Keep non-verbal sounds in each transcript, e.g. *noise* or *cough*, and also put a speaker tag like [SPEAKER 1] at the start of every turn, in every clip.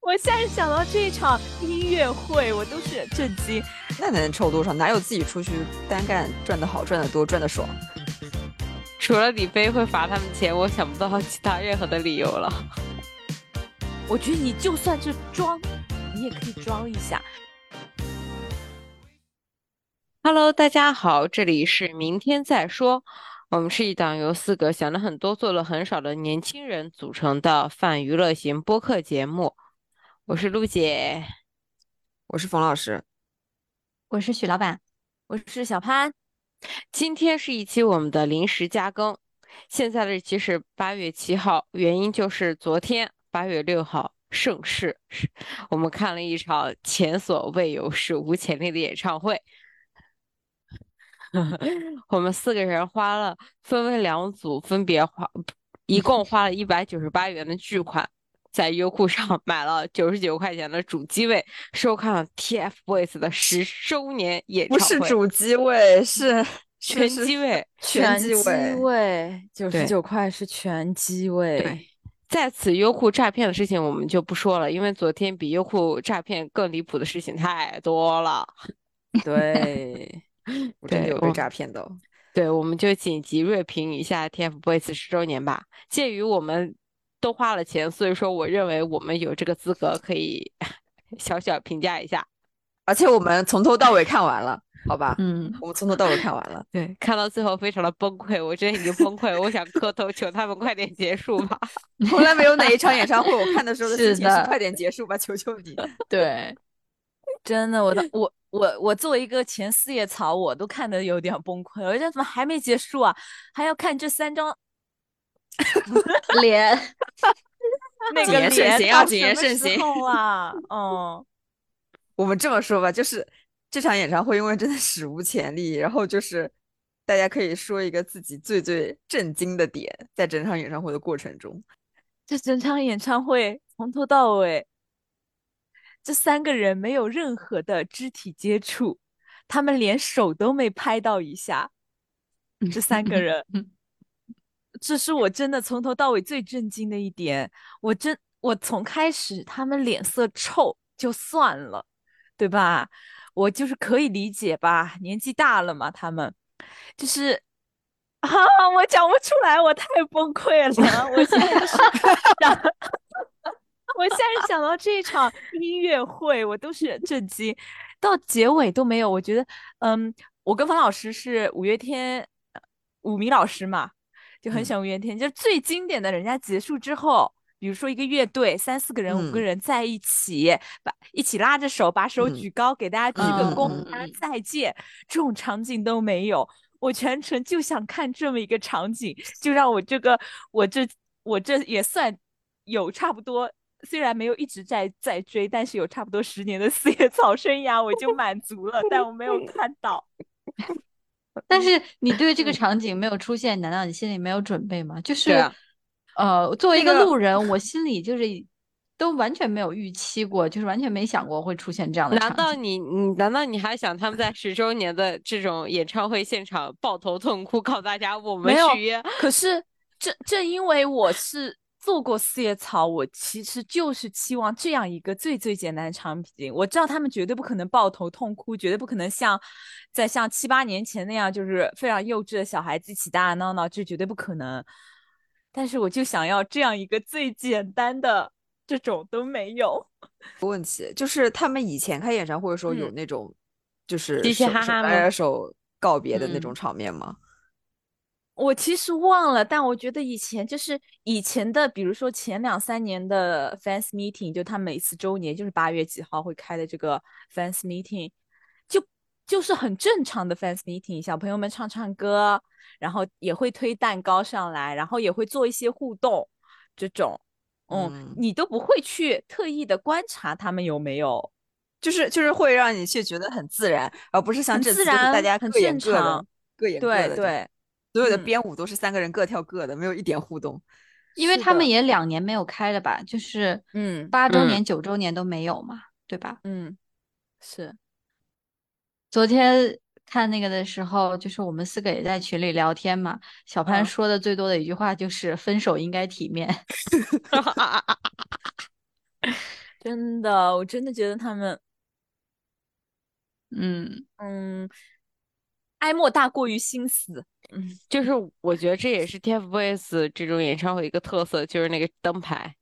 [SPEAKER 1] 我现在想到这场音乐会，我都是震惊。
[SPEAKER 2] 那能臭多少？哪有自己出去单干赚的好、赚的多、赚的爽？
[SPEAKER 3] 除了李飞会罚他们钱，我想不到其他任何的理由了。
[SPEAKER 1] 我觉得你就算是装，你也可以装一下。
[SPEAKER 3] Hello，大家好，这里是明天再说。我们是一档由四个想了很多、做了很少的年轻人组成的泛娱乐型播客节目。我是陆姐，
[SPEAKER 2] 我是冯老师，
[SPEAKER 4] 我是许老板，
[SPEAKER 1] 我是小潘。
[SPEAKER 3] 今天是一期我们的临时加更，现在的日期是八月七号，原因就是昨天八月六号盛世，我们看了一场前所未有、史无前例的演唱会。 *laughs* 我们四个人花了，分为两组，分别花，一共花了一百九十八元的巨款，在优酷上买了九十九块钱的主机位，收看了 TFBOYS 的十周年演唱
[SPEAKER 2] 不
[SPEAKER 3] 会。
[SPEAKER 2] 是主机位，是
[SPEAKER 3] 全
[SPEAKER 2] 是
[SPEAKER 3] 机位，
[SPEAKER 2] 全
[SPEAKER 5] 机
[SPEAKER 2] 位。
[SPEAKER 5] 位，九
[SPEAKER 3] 对
[SPEAKER 5] 十九块是全机位
[SPEAKER 3] 对。在此优酷诈骗的事情我们就不说了，因为昨天比优酷诈骗更离谱的事情太多了。
[SPEAKER 5] 对，
[SPEAKER 2] 我真的
[SPEAKER 3] 对
[SPEAKER 2] 有被
[SPEAKER 3] 我
[SPEAKER 2] 诈骗的哦。
[SPEAKER 3] 对，我们就紧急锐评一下 TFBOYS 十周年吧。鉴于我们都花了钱，所以说我认为我们有这个资格可以 *laughs* 小小评价一下。
[SPEAKER 2] 而且我们从头到尾看完了，好吧？
[SPEAKER 4] 嗯，
[SPEAKER 2] 我们从头到尾看完
[SPEAKER 3] *laughs*
[SPEAKER 2] 了。
[SPEAKER 3] 对，看到最后非常的崩溃，我真的已经崩溃了，我想磕头求他们快点结束吧。
[SPEAKER 2] 从来没有哪一场演唱会，我看的时候的心
[SPEAKER 4] 是
[SPEAKER 2] 情是
[SPEAKER 4] 的
[SPEAKER 2] 快点结束吧，求求你。
[SPEAKER 4] 对，
[SPEAKER 5] 真的，我的我我我作为一个前四叶草，我都看得有点崩溃。我觉得怎么还没结束啊？还要看这三张 *laughs*
[SPEAKER 4] 脸
[SPEAKER 5] 那
[SPEAKER 2] 谨
[SPEAKER 5] 个
[SPEAKER 2] 言慎
[SPEAKER 5] 脸
[SPEAKER 2] 行啊
[SPEAKER 5] 到什
[SPEAKER 2] 谨言
[SPEAKER 5] 么
[SPEAKER 2] 慎
[SPEAKER 5] 时
[SPEAKER 2] 行
[SPEAKER 5] 候 *laughs* 啊？嗯，
[SPEAKER 2] 我们这么说吧，就是这场演唱会，因为真的史无前例，然后就是大家可以说一个自己最最震惊的点，在整场演唱会的过程中，
[SPEAKER 5] 这整场演唱会从头到尾，这三个人没有任何的肢体接触，他们连手都没拍到一下。这三个人，这是我真的从头到尾最震惊的一点。我真，我从开始他们脸色臭就算了，对吧？我就是可以理解吧，年纪大了嘛，他们就是啊，我讲不出来，我太崩溃了，我现在就是想 *laughs*
[SPEAKER 1] 我现在想到这场音乐会，我都是震惊。
[SPEAKER 5] 到结尾都没有。我觉得，嗯，我跟冯老师是五月天，呃五迷老师嘛，就很喜欢五月天，就是最经典的。人家结束之后，比如说一个乐队三四个人、五个
[SPEAKER 2] 嗯
[SPEAKER 5] 人在一起，把一起拉着手，把手
[SPEAKER 2] 嗯
[SPEAKER 5] 举高，给大家鞠个
[SPEAKER 4] 嗯
[SPEAKER 5] 躬，
[SPEAKER 2] 嗯
[SPEAKER 5] 大家再见，这种场景都没有。我全程就想看这么一个场景，就让我这个我这我这也算有差不多，虽然没有一直在在追，但是有差不多十年的 *laughs* 四叶草生涯，我就满足了，但我没
[SPEAKER 2] *laughs*
[SPEAKER 5] 有看到。
[SPEAKER 4] 但是你对这个场景没有出现，难道你心里没有准备吗？就是，
[SPEAKER 3] 对啊
[SPEAKER 4] 呃，作为一
[SPEAKER 2] 那个
[SPEAKER 4] 个路人，我心里就是都完全没有预期过，就是完全没想过会出现这样的
[SPEAKER 3] 难
[SPEAKER 4] 场
[SPEAKER 3] 道
[SPEAKER 4] 景。
[SPEAKER 3] 你你难道你还想他们在十周年的这种演唱会现场抱头痛哭，告诉大家我们
[SPEAKER 5] 没有
[SPEAKER 3] 续约？
[SPEAKER 5] 可是正正因为我是做过四叶草，我其实就是期望这样一个最最简单的场景。我知道他们绝对不可能抱头痛哭，绝对不可能像在像七八年前那样，就是非常幼稚的小孩子一起打打闹闹，这绝对不可能。但是我就想要这样一个最简单的，这种都没有。
[SPEAKER 2] 就是他们以前开演唱会的时候有
[SPEAKER 5] 嗯
[SPEAKER 2] 那种，就是
[SPEAKER 3] 嘻嘻
[SPEAKER 2] 手
[SPEAKER 3] 哈哈
[SPEAKER 2] 手
[SPEAKER 3] 吗
[SPEAKER 2] 拉着手告别的那种
[SPEAKER 5] 嗯
[SPEAKER 2] 场面吗？
[SPEAKER 5] 我其实忘了，但我觉得以前就是以前的，比如说前两三年的 fans meeting，就他每次周年就是八月几号会开的这个 fans meeting，就就是很正常的 fans meeting，小朋友们唱唱歌，然后也会推蛋糕上来，然后也会做一些互动，这种，
[SPEAKER 2] 嗯
[SPEAKER 5] 嗯，你都不会去特意的观察他们有没有，
[SPEAKER 2] 就是就是会让你去觉得很自然，而不是像
[SPEAKER 5] 很
[SPEAKER 2] 这次
[SPEAKER 5] 自
[SPEAKER 2] 就是大
[SPEAKER 5] 然
[SPEAKER 2] 家
[SPEAKER 5] 很
[SPEAKER 2] 各演
[SPEAKER 5] 正
[SPEAKER 2] 各的
[SPEAKER 5] 常，
[SPEAKER 2] 各演各
[SPEAKER 5] 对
[SPEAKER 2] 的，
[SPEAKER 5] 对，
[SPEAKER 2] 所有的
[SPEAKER 5] 嗯
[SPEAKER 2] 编舞都是三个人各跳各的，没有一点互动。
[SPEAKER 4] 因为
[SPEAKER 5] 是
[SPEAKER 4] 他们
[SPEAKER 5] 的
[SPEAKER 4] 也两年没有开了吧，就是
[SPEAKER 5] 嗯
[SPEAKER 4] 八周
[SPEAKER 3] 嗯
[SPEAKER 4] 年、九周年都没有嘛，对吧？
[SPEAKER 5] 嗯，是，
[SPEAKER 4] 昨天看那个的时候，就是我们四个也在群里聊天嘛，小潘
[SPEAKER 5] 嗯
[SPEAKER 4] 说的最多的一句话就是“分手应该体面”，
[SPEAKER 5] 真的，我真的觉得他们，
[SPEAKER 4] 嗯，
[SPEAKER 5] 嗯，哀莫大过于心死。
[SPEAKER 3] 就是我觉得这也是 TFBOYS 这种演唱会一个特色，就是那个灯牌，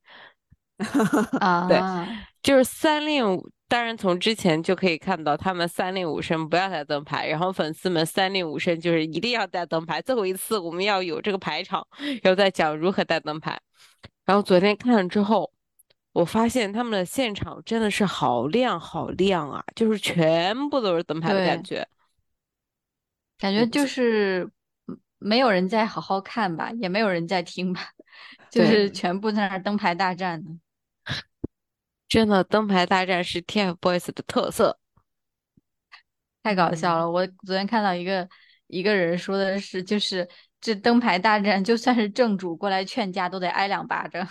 [SPEAKER 4] 啊，
[SPEAKER 3] 对就是三令五。当然，从之前就可以看到他们三令五申不要带灯牌，然后粉丝们三令五申就是一定要带灯牌。最后一次我们要有这个排场，然后再讲如何带灯牌。然后昨天看了之后，我发现他们的现场真的是好亮好亮啊，就是全部都是灯牌的感
[SPEAKER 4] 对
[SPEAKER 3] 觉。
[SPEAKER 4] 感觉就是嗯没有人在好好看吧，也没有人在听吧， *laughs* 就
[SPEAKER 3] 对
[SPEAKER 4] 是全部在那儿灯牌大战呢。
[SPEAKER 3] 真的，灯牌大战是 TFBOYS 的特色。
[SPEAKER 4] 太搞笑了！我昨天看到一个一个人说的是，就是这灯牌大战，就算是正主过来劝架，都得挨两巴掌。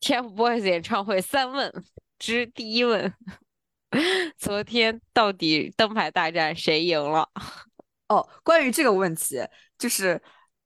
[SPEAKER 3] TFBOYS 演唱会三问之第一问： *laughs* 昨天到底灯牌大战谁赢了？
[SPEAKER 2] 哦，关于这个问题，就是，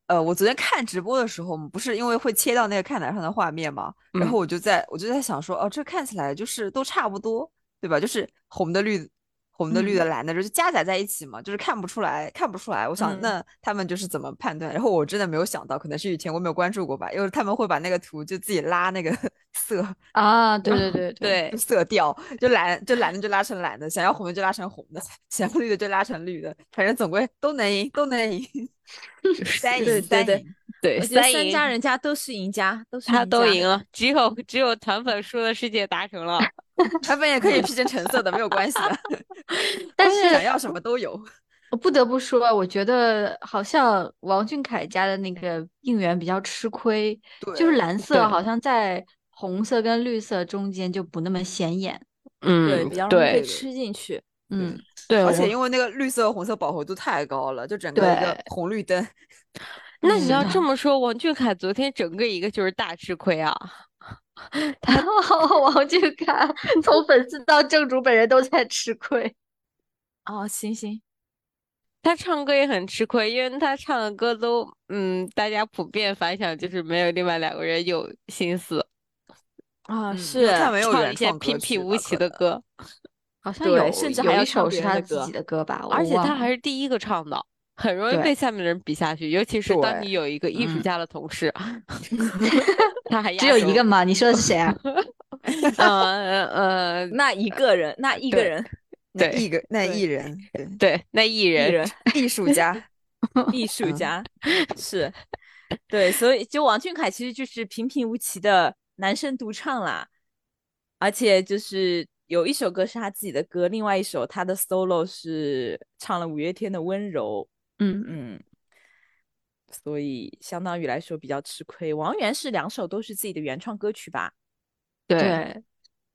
[SPEAKER 2] 呃，我昨天看直播的时候，我们不是因为会切到那个看台上的画面嘛，然
[SPEAKER 3] 嗯
[SPEAKER 2] 后我就在我就在想说，哦，这看起来就是都差不多，对吧？就是红的、绿的、红的、绿的、蓝的，就是夹杂在一起嘛，就是看不出来，看不出来。我想，
[SPEAKER 5] 嗯
[SPEAKER 2] 那他们就是怎么判断？然后我真的没有想到，可能是以前我没有关注过吧，因为他们会把那个图就自己拉那个色
[SPEAKER 4] 啊，对对 *laughs* 对对，。
[SPEAKER 3] 对，
[SPEAKER 2] 色调，就蓝就蓝的就拉成蓝的，想要红的就拉成红的，想要绿的就拉成绿的，反正总归都能赢，都能 *laughs* 赢，三赢
[SPEAKER 5] 对对
[SPEAKER 2] 三
[SPEAKER 5] 对
[SPEAKER 2] 赢。
[SPEAKER 3] 对，
[SPEAKER 5] 我觉得
[SPEAKER 3] 三
[SPEAKER 5] 三
[SPEAKER 3] 赢
[SPEAKER 5] 家人家都是赢家，都是
[SPEAKER 3] 他
[SPEAKER 5] 赢
[SPEAKER 3] 都
[SPEAKER 5] 家
[SPEAKER 3] 赢了，只有只有团粉输的世界达成了。
[SPEAKER 2] 他们也可以 P 成橙色的，没有关系 *laughs* 的
[SPEAKER 4] 但
[SPEAKER 2] 关键想
[SPEAKER 4] 是
[SPEAKER 2] 要什么都有。
[SPEAKER 4] 我不得不说，我觉得好像王俊凯家的那个应援比较吃亏，就是
[SPEAKER 2] 对
[SPEAKER 4] 蓝
[SPEAKER 3] 对
[SPEAKER 4] 色好像在红色跟绿色中间就不那么显眼。
[SPEAKER 5] 对，
[SPEAKER 3] *laughs* 嗯
[SPEAKER 5] 比较容易被
[SPEAKER 3] 对
[SPEAKER 5] 吃进去。
[SPEAKER 4] 嗯，
[SPEAKER 3] 对，
[SPEAKER 2] 而且
[SPEAKER 3] 我
[SPEAKER 2] 因为那个绿色和红色饱和度太高了，就整个一个
[SPEAKER 4] 对
[SPEAKER 2] 红绿灯。
[SPEAKER 3] 那你要
[SPEAKER 4] 嗯
[SPEAKER 3] 这么说，王俊凯昨天整个一个就是大吃亏啊！
[SPEAKER 4] 然后王俊凯从粉丝到正主本人都在吃亏。
[SPEAKER 3] 嗯
[SPEAKER 5] 哦，行行，
[SPEAKER 3] 他唱歌也很吃亏，因为他唱的歌都，嗯，大家普遍反响就是没有另外两个人有心思，
[SPEAKER 5] 啊、
[SPEAKER 2] 嗯
[SPEAKER 5] 是
[SPEAKER 2] 他没有
[SPEAKER 3] 唱
[SPEAKER 2] 原
[SPEAKER 3] 一些
[SPEAKER 2] 创歌
[SPEAKER 3] 平
[SPEAKER 2] 曲
[SPEAKER 3] 平
[SPEAKER 2] 吧
[SPEAKER 3] 无奇
[SPEAKER 2] 可
[SPEAKER 3] 的
[SPEAKER 2] 能
[SPEAKER 3] 歌，
[SPEAKER 4] *laughs* 好像
[SPEAKER 5] 对
[SPEAKER 4] 有，
[SPEAKER 5] 甚至
[SPEAKER 4] 有
[SPEAKER 5] 还要
[SPEAKER 4] 一
[SPEAKER 5] 唱
[SPEAKER 4] 首
[SPEAKER 5] 别
[SPEAKER 4] 是
[SPEAKER 5] 人
[SPEAKER 4] 他
[SPEAKER 5] 的
[SPEAKER 4] 自
[SPEAKER 5] 歌
[SPEAKER 4] 己的歌吧，
[SPEAKER 3] 而
[SPEAKER 4] 我
[SPEAKER 3] 且他
[SPEAKER 4] 忘
[SPEAKER 3] 还
[SPEAKER 4] 了
[SPEAKER 3] 是第一个唱的，很容易
[SPEAKER 4] 对
[SPEAKER 3] 被下面的人比下去，尤其是当
[SPEAKER 2] 对
[SPEAKER 3] 你有一个艺术
[SPEAKER 2] 嗯
[SPEAKER 3] 家的同事，他还
[SPEAKER 4] 只
[SPEAKER 3] 压
[SPEAKER 4] 有一
[SPEAKER 3] 轴
[SPEAKER 4] 个，吗？你说的是谁 *laughs* 啊？
[SPEAKER 3] 呃呃，
[SPEAKER 5] 那一个人，那一个
[SPEAKER 3] 对
[SPEAKER 5] 人，
[SPEAKER 2] 那
[SPEAKER 3] 对
[SPEAKER 2] 艺个那
[SPEAKER 5] 对
[SPEAKER 2] 艺人，
[SPEAKER 3] 对，那艺
[SPEAKER 5] 一
[SPEAKER 3] 人，
[SPEAKER 5] 人
[SPEAKER 2] 对，艺术家，
[SPEAKER 5] *laughs* 艺术
[SPEAKER 2] 嗯
[SPEAKER 5] 家是，对，所以就王俊凯其实就是平平无奇的男生独唱啦，而且就是有一首歌是他自己的歌，另外一首他的 solo 是唱了五月天的《温柔》，
[SPEAKER 4] 嗯，
[SPEAKER 5] 嗯，所以相当于来说比较吃亏。王源是两首都是自己的原创歌曲吧？
[SPEAKER 3] 对，
[SPEAKER 4] 对，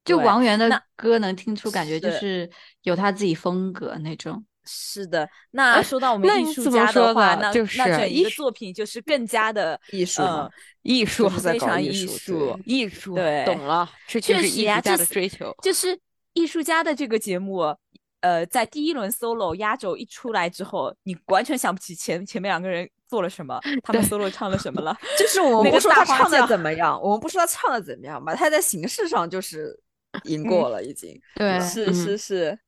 [SPEAKER 4] 就
[SPEAKER 5] 对
[SPEAKER 4] 王源的
[SPEAKER 5] 那
[SPEAKER 4] 歌能听出感觉就是是有他自己风格那种。
[SPEAKER 5] 是的，那说到我们
[SPEAKER 3] 那
[SPEAKER 5] 艺
[SPEAKER 3] 你
[SPEAKER 5] 术
[SPEAKER 3] 怎么
[SPEAKER 5] 家
[SPEAKER 3] 说
[SPEAKER 5] 的话，
[SPEAKER 3] 呢
[SPEAKER 5] 那
[SPEAKER 3] 就
[SPEAKER 5] 那
[SPEAKER 3] 是
[SPEAKER 5] 整一
[SPEAKER 3] 艺
[SPEAKER 5] 个
[SPEAKER 3] 术
[SPEAKER 5] 作品就是更加的
[SPEAKER 2] 艺术嘛
[SPEAKER 5] 呃，
[SPEAKER 3] 艺术
[SPEAKER 2] 就是在
[SPEAKER 5] 非
[SPEAKER 2] 搞
[SPEAKER 5] 常
[SPEAKER 2] 艺
[SPEAKER 5] 艺
[SPEAKER 2] 术
[SPEAKER 5] 术，
[SPEAKER 3] 艺术，
[SPEAKER 5] 对
[SPEAKER 3] 懂了，这就
[SPEAKER 5] 确
[SPEAKER 3] 是
[SPEAKER 5] 实
[SPEAKER 3] 艺
[SPEAKER 5] 呀，
[SPEAKER 3] 术家
[SPEAKER 5] 这
[SPEAKER 3] 的
[SPEAKER 5] 是
[SPEAKER 3] 追求。
[SPEAKER 5] 就是艺术家的这个节目，呃，在第一轮 solo 压轴一出来之后，你完全想不起前前面两个人做了什么，他们
[SPEAKER 3] 对
[SPEAKER 5] solo 唱了什么
[SPEAKER 3] *laughs*
[SPEAKER 5] 了。
[SPEAKER 2] *laughs* 就是我
[SPEAKER 5] 那个
[SPEAKER 2] 们不说
[SPEAKER 5] 大
[SPEAKER 2] 他
[SPEAKER 5] 花
[SPEAKER 2] 唱的
[SPEAKER 5] 轿
[SPEAKER 2] 怎么样，我们不说他唱的怎么样吧，他在形式上就是赢过了，已经。
[SPEAKER 4] 对，
[SPEAKER 5] 是
[SPEAKER 3] 嗯
[SPEAKER 5] 是是，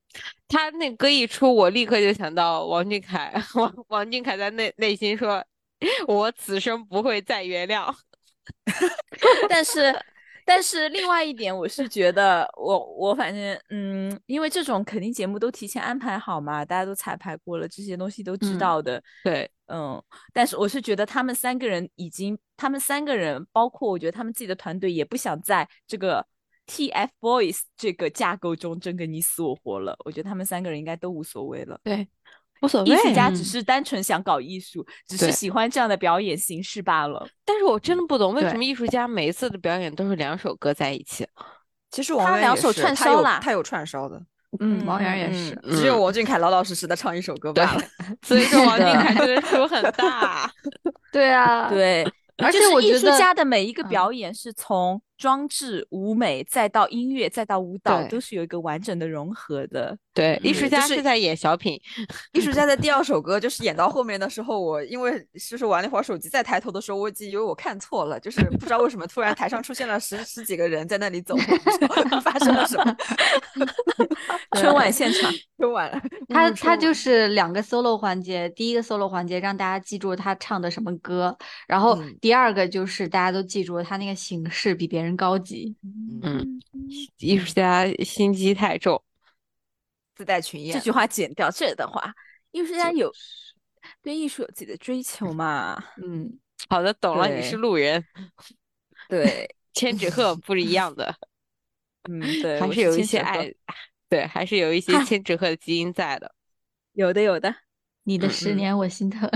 [SPEAKER 3] 他那歌一出，我立刻就想到王俊凯， *laughs* 王王俊凯在内内心说：“我此生不会再原谅。
[SPEAKER 5] 但是。但是另外一点，我是觉得我我反正嗯，因为这种肯定节目都提前安排好嘛，大家都彩排过了，这些东西都知
[SPEAKER 4] 嗯
[SPEAKER 5] 道的。”
[SPEAKER 3] 对，
[SPEAKER 5] 嗯，但是我是觉得他们三个人已经，他们三个人，包括我觉得他们自己的团队也不想在这个 TFBOYS 这个架构中争个你死我活了。我觉得他们三个人应该都无所谓了。
[SPEAKER 3] 无所
[SPEAKER 5] 艺术家只
[SPEAKER 4] 嗯
[SPEAKER 5] 是单纯想搞艺术，只是
[SPEAKER 3] 对
[SPEAKER 5] 喜欢这样的表演形式罢了。
[SPEAKER 3] 但是我真的不懂为什
[SPEAKER 4] 对
[SPEAKER 3] 么艺术家每一次的表演都是两首歌在一起。
[SPEAKER 2] 其实王
[SPEAKER 5] 他
[SPEAKER 2] 源
[SPEAKER 5] 两
[SPEAKER 2] 也
[SPEAKER 5] 手
[SPEAKER 2] 是
[SPEAKER 5] 串
[SPEAKER 2] 他
[SPEAKER 5] 烧
[SPEAKER 2] 有
[SPEAKER 5] 啦
[SPEAKER 2] 他有串烧的，
[SPEAKER 5] 嗯
[SPEAKER 4] 王源
[SPEAKER 5] 嗯
[SPEAKER 4] 也
[SPEAKER 5] 嗯
[SPEAKER 4] 是。
[SPEAKER 2] 只有
[SPEAKER 3] 嗯
[SPEAKER 2] 王俊凯老老实实的唱一首歌
[SPEAKER 3] 对
[SPEAKER 2] 罢了。
[SPEAKER 3] 所以说
[SPEAKER 4] 是
[SPEAKER 3] 王俊
[SPEAKER 4] 的
[SPEAKER 3] 凯真的输很大。
[SPEAKER 4] 对啊，
[SPEAKER 5] 嗯对，
[SPEAKER 4] 而
[SPEAKER 5] 就
[SPEAKER 4] 且
[SPEAKER 5] 是
[SPEAKER 4] 我
[SPEAKER 5] 艺
[SPEAKER 4] 觉
[SPEAKER 5] 术
[SPEAKER 4] 得
[SPEAKER 5] 家的每一个
[SPEAKER 4] 嗯
[SPEAKER 5] 表演是从装置、舞美，再到音乐，再到舞蹈，
[SPEAKER 3] 对
[SPEAKER 5] 都是有一个完整的融合的。
[SPEAKER 3] 对，艺术
[SPEAKER 2] 嗯就
[SPEAKER 3] 家
[SPEAKER 2] 是
[SPEAKER 3] 是在演小品，
[SPEAKER 2] 艺术家的第二首歌，就是演到后面的时候，我因为就是玩了一会儿手机，再抬头的时候，我已经以为我看错了，就是不知道为什么突然台上出现了十十几个人在那里走，我不知道发生了什么。
[SPEAKER 5] 春晚现场，
[SPEAKER 2] 春晚了，
[SPEAKER 4] 他
[SPEAKER 2] 侮辱
[SPEAKER 4] 他
[SPEAKER 2] 春
[SPEAKER 4] 就
[SPEAKER 2] 晚
[SPEAKER 4] 是两个 solo 环节，第一个 solo 环节让大家记住他唱的什么歌，然后
[SPEAKER 2] 嗯
[SPEAKER 4] 第二个就是大家都记住他那个形式比别人高级。
[SPEAKER 3] 嗯，艺术家心机太重，
[SPEAKER 2] 自带群演
[SPEAKER 5] 这句话剪掉这的话，艺术家有对艺术有自己的追求
[SPEAKER 3] *laughs*
[SPEAKER 5] 嘛？
[SPEAKER 4] 嗯，
[SPEAKER 3] 好的，懂了，你是
[SPEAKER 5] 对
[SPEAKER 3] 路人，
[SPEAKER 5] 对，
[SPEAKER 3] *laughs* 千纸鹤不是一样的，
[SPEAKER 5] 嗯，对，
[SPEAKER 3] 还
[SPEAKER 5] 我
[SPEAKER 3] 是有一
[SPEAKER 5] 千
[SPEAKER 3] 些
[SPEAKER 5] 纸鹤
[SPEAKER 3] 爱，对，还是有一些
[SPEAKER 5] 嗨
[SPEAKER 3] 千纸鹤的基因在的。
[SPEAKER 5] 有的有的，
[SPEAKER 3] *laughs*
[SPEAKER 4] 你的
[SPEAKER 3] 嗯
[SPEAKER 4] 十
[SPEAKER 3] 嗯
[SPEAKER 4] 年我心疼。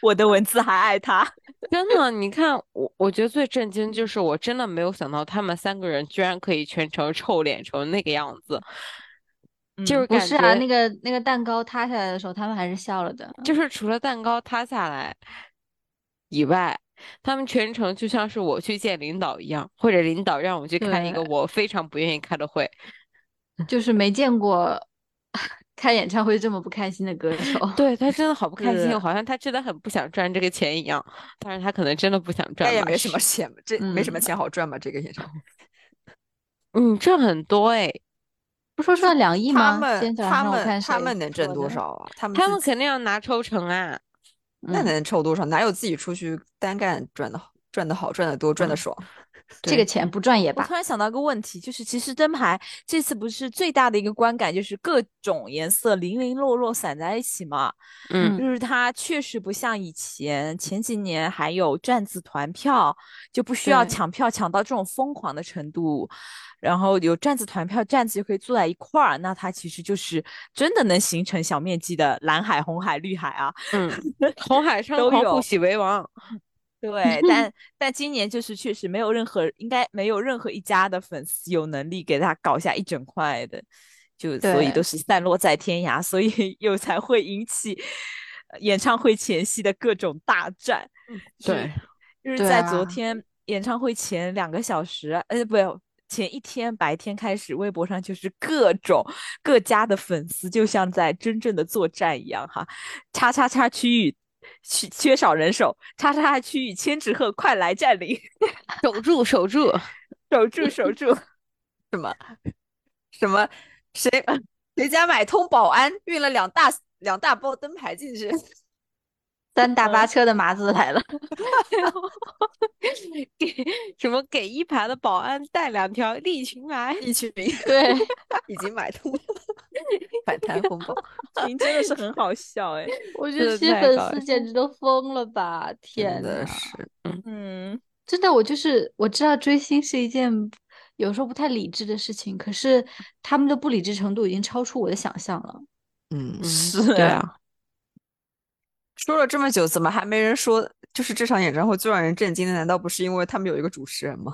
[SPEAKER 5] 我的文字还爱他。
[SPEAKER 3] 真的，你看我，我觉得最震惊就是，我真的没有想到他们三个人居然可以全程臭脸成那个样子，就是
[SPEAKER 4] 不
[SPEAKER 3] 感
[SPEAKER 4] 是啊，
[SPEAKER 3] 觉
[SPEAKER 4] 那个那个蛋糕塌下来的时候，他们还是笑
[SPEAKER 2] *laughs*
[SPEAKER 4] 了的。
[SPEAKER 3] 就是除了蛋糕塌下来以外，他们全程就像是我去见领导一样，或者领导让我去看一个我非常不愿意开的会。
[SPEAKER 4] 就是没见过 *laughs* 开演唱会这么不开心的歌手。
[SPEAKER 3] 对他真的好不开心，
[SPEAKER 5] 是
[SPEAKER 3] 好像他真的很不想赚这个钱一样。但是他可能真的不想
[SPEAKER 2] 他
[SPEAKER 3] 赚
[SPEAKER 2] 也
[SPEAKER 3] 吧。
[SPEAKER 2] 没什么钱嘛，这没什么
[SPEAKER 4] 嗯
[SPEAKER 2] 钱好赚嘛，这个演唱会。
[SPEAKER 3] 嗯，赚很多哎，
[SPEAKER 4] *laughs* 不说赚两亿
[SPEAKER 2] 他
[SPEAKER 4] 吗？今
[SPEAKER 2] 们
[SPEAKER 4] 天早
[SPEAKER 2] 他
[SPEAKER 4] 上我
[SPEAKER 2] 们
[SPEAKER 4] 看
[SPEAKER 2] 他
[SPEAKER 4] 谁
[SPEAKER 2] 们能挣
[SPEAKER 4] 说
[SPEAKER 2] 多
[SPEAKER 4] 的？
[SPEAKER 2] 少啊？他们
[SPEAKER 3] 他
[SPEAKER 2] 自
[SPEAKER 3] 们
[SPEAKER 2] 己
[SPEAKER 3] 肯定要拿抽成啊。
[SPEAKER 2] 那
[SPEAKER 4] 嗯
[SPEAKER 2] 能抽多少？哪有自己出去单干赚的好、赚的好、赚的多、赚的
[SPEAKER 3] 嗯
[SPEAKER 2] 爽？
[SPEAKER 4] 这个钱不赚也
[SPEAKER 5] 我
[SPEAKER 4] 罢
[SPEAKER 5] 突。然想到一个问题，就是其实灯牌这次不是最大的一个观感，就是各种颜色零零落落散在一起嘛，
[SPEAKER 3] 嗯，
[SPEAKER 5] 就是它确实不像以前前几年还有站子团票，就不需要
[SPEAKER 4] 对
[SPEAKER 5] 抢票抢到这种疯狂的程度，然后有站子团票，站子就可以坐在一块儿，那它其实就是真的能形成小面积的蓝海、红海、绿海啊，
[SPEAKER 3] 嗯，红海上
[SPEAKER 5] 都
[SPEAKER 3] 狂
[SPEAKER 5] 有
[SPEAKER 3] 不喜为王。
[SPEAKER 5] 对，
[SPEAKER 4] *laughs*
[SPEAKER 5] 但但今年就是确实没有任何，应该没有任何一家的粉丝有能力给他搞下一整块的，就所以
[SPEAKER 4] 对
[SPEAKER 5] 都是散落在天涯，所以 *laughs* 又才会引起呃演唱会前夕的各种大战。就是
[SPEAKER 3] 对，
[SPEAKER 5] 就是
[SPEAKER 4] 对
[SPEAKER 5] 在昨
[SPEAKER 4] 啊
[SPEAKER 5] 天演唱会前两个小时，呃，不，前一天白天开始，微博上就是各种各家的粉丝，就像在真正的作战一样哈。叉叉叉区域缺缺少人手，叉叉叉区域千纸鹤快来占领，
[SPEAKER 3] 守住，守住。
[SPEAKER 5] 守住守 *laughs* 住。
[SPEAKER 2] 什么谁谁家买通保安，运了两大两大包灯牌进去？ *laughs*
[SPEAKER 4] 三
[SPEAKER 2] 嗯
[SPEAKER 4] 大巴车的麻子来了，
[SPEAKER 3] 给什么给一排的保安带两条利群来，
[SPEAKER 2] 一群民
[SPEAKER 4] 对，
[SPEAKER 2] 已经买通了，反弹红包。
[SPEAKER 5] 您真的是很好笑哎，
[SPEAKER 4] 我觉
[SPEAKER 3] 真的
[SPEAKER 4] 得这些
[SPEAKER 3] 太搞
[SPEAKER 4] 粉
[SPEAKER 3] 笑
[SPEAKER 4] 丝简直都疯了吧！天
[SPEAKER 2] 真的
[SPEAKER 4] 呐，
[SPEAKER 2] 是，
[SPEAKER 5] *laughs* 嗯，
[SPEAKER 4] 真的，我就是我知道追星是一件有时候不太理智的事情，可是他们的不理智程度已经超出我的想象了。
[SPEAKER 2] 嗯，
[SPEAKER 5] 是
[SPEAKER 3] 对
[SPEAKER 5] 啊
[SPEAKER 3] 啊，
[SPEAKER 2] 说了这么久，怎么还没人说？就是这场演唱会最让人震惊的，难道不是因为他们有一个主持人吗？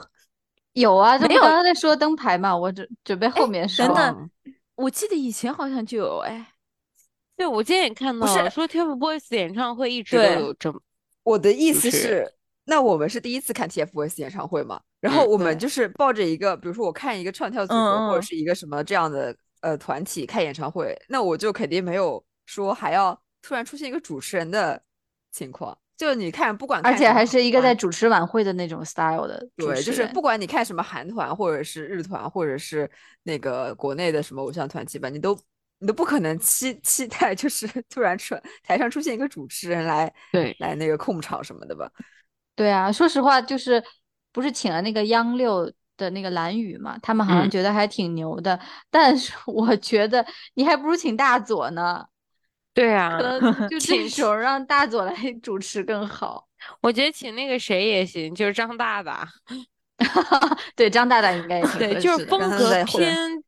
[SPEAKER 4] 有哎啊，这
[SPEAKER 5] 没
[SPEAKER 4] 不
[SPEAKER 5] 有
[SPEAKER 4] 刚刚在说灯牌嘛，我准准备后面说。
[SPEAKER 5] 等
[SPEAKER 2] 的
[SPEAKER 5] 等，我记得以前好像就有哎，
[SPEAKER 3] *laughs* 对我今天也看
[SPEAKER 5] 不
[SPEAKER 3] 到
[SPEAKER 5] 是
[SPEAKER 3] 了，说 TFBOYS 演唱会一直都
[SPEAKER 5] 对
[SPEAKER 3] 有这么，
[SPEAKER 2] 我的意
[SPEAKER 3] 主
[SPEAKER 2] 思
[SPEAKER 3] 持人
[SPEAKER 2] 是，那我们是第一次看 TFBOYS 演唱会嘛？然后
[SPEAKER 3] 嗯
[SPEAKER 2] 我们
[SPEAKER 5] 对
[SPEAKER 2] 就是抱着一个，比如说我看一个唱跳组合或
[SPEAKER 5] 嗯
[SPEAKER 2] 者
[SPEAKER 5] 嗯
[SPEAKER 2] 是一个什么这样的呃团体看演唱会，那我就肯定没有说还要突然出现一个主持人的情况。就你看，不管看
[SPEAKER 4] 而且
[SPEAKER 2] 什么
[SPEAKER 4] 还是一个
[SPEAKER 2] 团
[SPEAKER 4] 在主持晚会的那种 style 的主
[SPEAKER 2] 对，
[SPEAKER 4] 持
[SPEAKER 2] 就是
[SPEAKER 4] 人
[SPEAKER 2] 不管你看什么韩团，或者是日团，或者是那个国内的什么偶像团体吧，你都你都不可能期期待，就是 *laughs* 突然出台上出现一个主持人来
[SPEAKER 3] 对
[SPEAKER 2] 来那个控场什么的吧。
[SPEAKER 4] 对啊，说实话，就是不是请了那个央六的那个蓝宇嘛，他们好像
[SPEAKER 3] 嗯
[SPEAKER 4] 觉得还挺牛的，但是我觉得你还不如请大佐呢，
[SPEAKER 3] 对啊
[SPEAKER 4] 可，
[SPEAKER 5] *laughs*
[SPEAKER 4] 能呃就这
[SPEAKER 3] 请
[SPEAKER 4] 时候让大佐来 *laughs* 主持更好。
[SPEAKER 3] 我觉得请那个谁也行，就是张大大，
[SPEAKER 4] 对，张大大应该也
[SPEAKER 3] *laughs*
[SPEAKER 4] 挺
[SPEAKER 3] 对，
[SPEAKER 4] 合
[SPEAKER 3] 就是
[SPEAKER 4] 适的
[SPEAKER 3] 风
[SPEAKER 2] 让他
[SPEAKER 3] 格
[SPEAKER 2] 在后面
[SPEAKER 3] 偏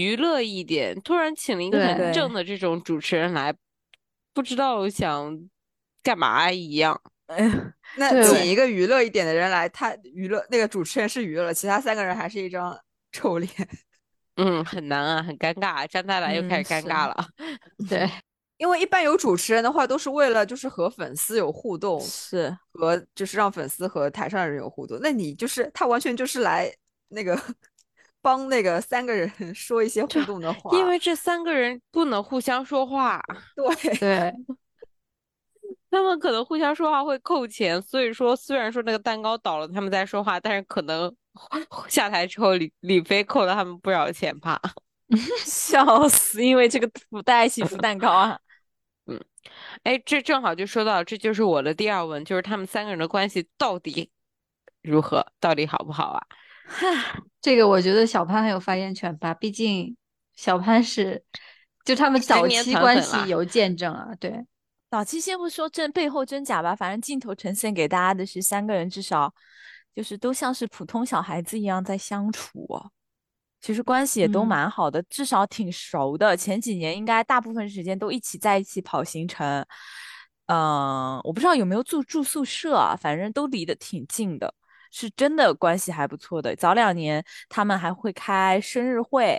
[SPEAKER 3] 娱乐一点，突然请了一个
[SPEAKER 4] 对
[SPEAKER 3] 很
[SPEAKER 5] 对
[SPEAKER 3] 正的这种主持人来，不知道想干嘛一样。
[SPEAKER 5] 嗯
[SPEAKER 2] 那
[SPEAKER 4] 对
[SPEAKER 2] 请一个娱乐一点的人来，他娱乐那个主持人是娱乐了，其他三个人还是一张 *laughs* 臭脸。
[SPEAKER 3] 嗯，很难啊，很尴尬啊，张大大又开
[SPEAKER 4] 嗯
[SPEAKER 3] 始尴
[SPEAKER 4] 是
[SPEAKER 3] 尬了。
[SPEAKER 4] 对，
[SPEAKER 2] 因为一般有主持人的话，都是为了就是和粉丝有互动，
[SPEAKER 5] 是
[SPEAKER 2] 和就是让粉丝和台上的人有互动。那你就是他完全就是来那个帮那个三个人 *laughs* 说一些互动的话，
[SPEAKER 3] 因为这三个人不能互相说话，
[SPEAKER 2] 对
[SPEAKER 4] 对，
[SPEAKER 3] 他们可能互相说话会扣钱，所以说虽然说那个蛋糕倒了，他们在说话，但是可能 *laughs* 下台之后李李飞扣了他们不少钱吧。
[SPEAKER 5] *laughs* 笑死，因为这个福大家一起福蛋糕啊，
[SPEAKER 3] 哎，这正好就说到，这就是我的第二问，就是他们三个人的关系到底如何，到底好不好啊？
[SPEAKER 4] 这个我觉得小潘很有发言权吧，毕竟小潘是就他们
[SPEAKER 3] 十
[SPEAKER 4] 早
[SPEAKER 3] 年
[SPEAKER 4] 期
[SPEAKER 3] 团
[SPEAKER 4] 关
[SPEAKER 3] 粉啦
[SPEAKER 4] 系有见证啊，
[SPEAKER 5] 嗯
[SPEAKER 4] 对，
[SPEAKER 5] 早期先不说真背后真假吧，反正镜头呈现给大家的是三个人至少就是都像是普通小孩子一样在相处、哦，其实关系也都
[SPEAKER 4] 嗯
[SPEAKER 5] 蛮好的，至少挺熟的。前几年应该大部分时间都一起在一起跑行程，嗯，我不知道有没有住住宿舍啊，反正都离得挺近的，是真的关系还不错的。早两年他们还会开生日会，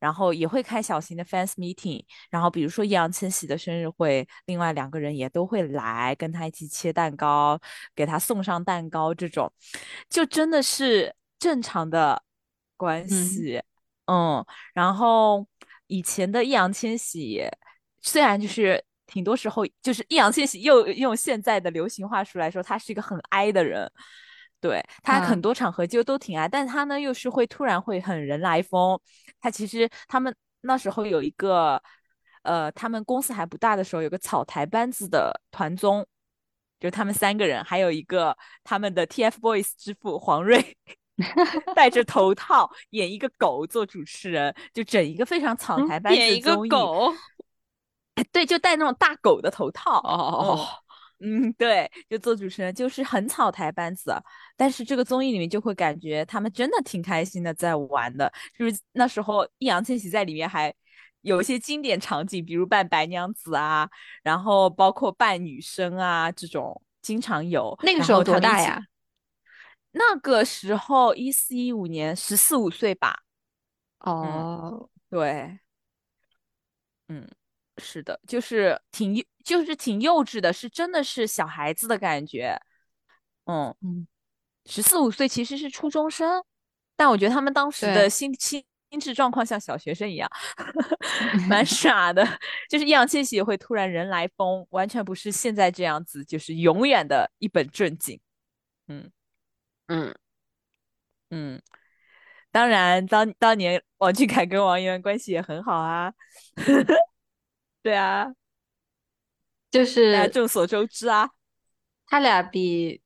[SPEAKER 5] 然后也会开小型的 fans meeting。然后比如说易烊千玺的生日会，另外两个人也都会来跟他一起切蛋糕，给他送上蛋糕，这种就真的是正常的关系。嗯然后以前的易烊千玺虽然就是。挺多时候，就是易烊千玺又用现在的流行话术来说，他是一个很 i 的人，对他
[SPEAKER 4] 啊
[SPEAKER 5] 很多场合就都挺 i，、但他呢又是会突然会很人来疯，他其实他们那时候有一个，呃，他们公司还不大的时候，有个草台班子的团综，就他们三个人，还有一个他们的 TFBOYS 之父黄睿，戴着头套演一个狗做主持人，就整一个非常
[SPEAKER 4] 嗯
[SPEAKER 5] 草台班子
[SPEAKER 3] 嗯演一个
[SPEAKER 5] 综艺，
[SPEAKER 3] 狗
[SPEAKER 5] *laughs* 对，就戴那种大狗的头套，
[SPEAKER 3] 哦，
[SPEAKER 5] 嗯，对，就做主持人就是很草台班子，啊但是这个综艺里面就会感觉他们真的挺开心的，在玩的。就是那时候易烊千玺在里面还有一些经典场景，比如扮白娘子啊，然后包括扮女生啊这种，经常有。
[SPEAKER 4] 那个
[SPEAKER 5] 然
[SPEAKER 4] 时候
[SPEAKER 5] 后他
[SPEAKER 4] 多
[SPEAKER 5] 们一
[SPEAKER 4] 大
[SPEAKER 5] 起
[SPEAKER 4] 呀？？
[SPEAKER 5] 那个时候一四一五年，十四五岁吧。
[SPEAKER 4] 哦，
[SPEAKER 5] 对，嗯，是的，就是挺幼，就是挺幼稚的，是真的是小孩子的感觉。嗯
[SPEAKER 4] 嗯，
[SPEAKER 5] 十四五岁其实是初中生，但我觉得他们当时的
[SPEAKER 4] 对
[SPEAKER 5] 心心心智状况像小学生一样，蛮傻的。 *laughs* 就是易烊千玺也会突然人来疯，完全不是现在这样子，就是永远的一本正经。
[SPEAKER 3] 嗯，
[SPEAKER 5] 嗯，当然，当当年王俊凯跟王一源关系也很好啊。 *laughs* 对啊，
[SPEAKER 4] *laughs* 就
[SPEAKER 5] 大家
[SPEAKER 4] 是
[SPEAKER 5] 众所周知啊。
[SPEAKER 4] 他俩比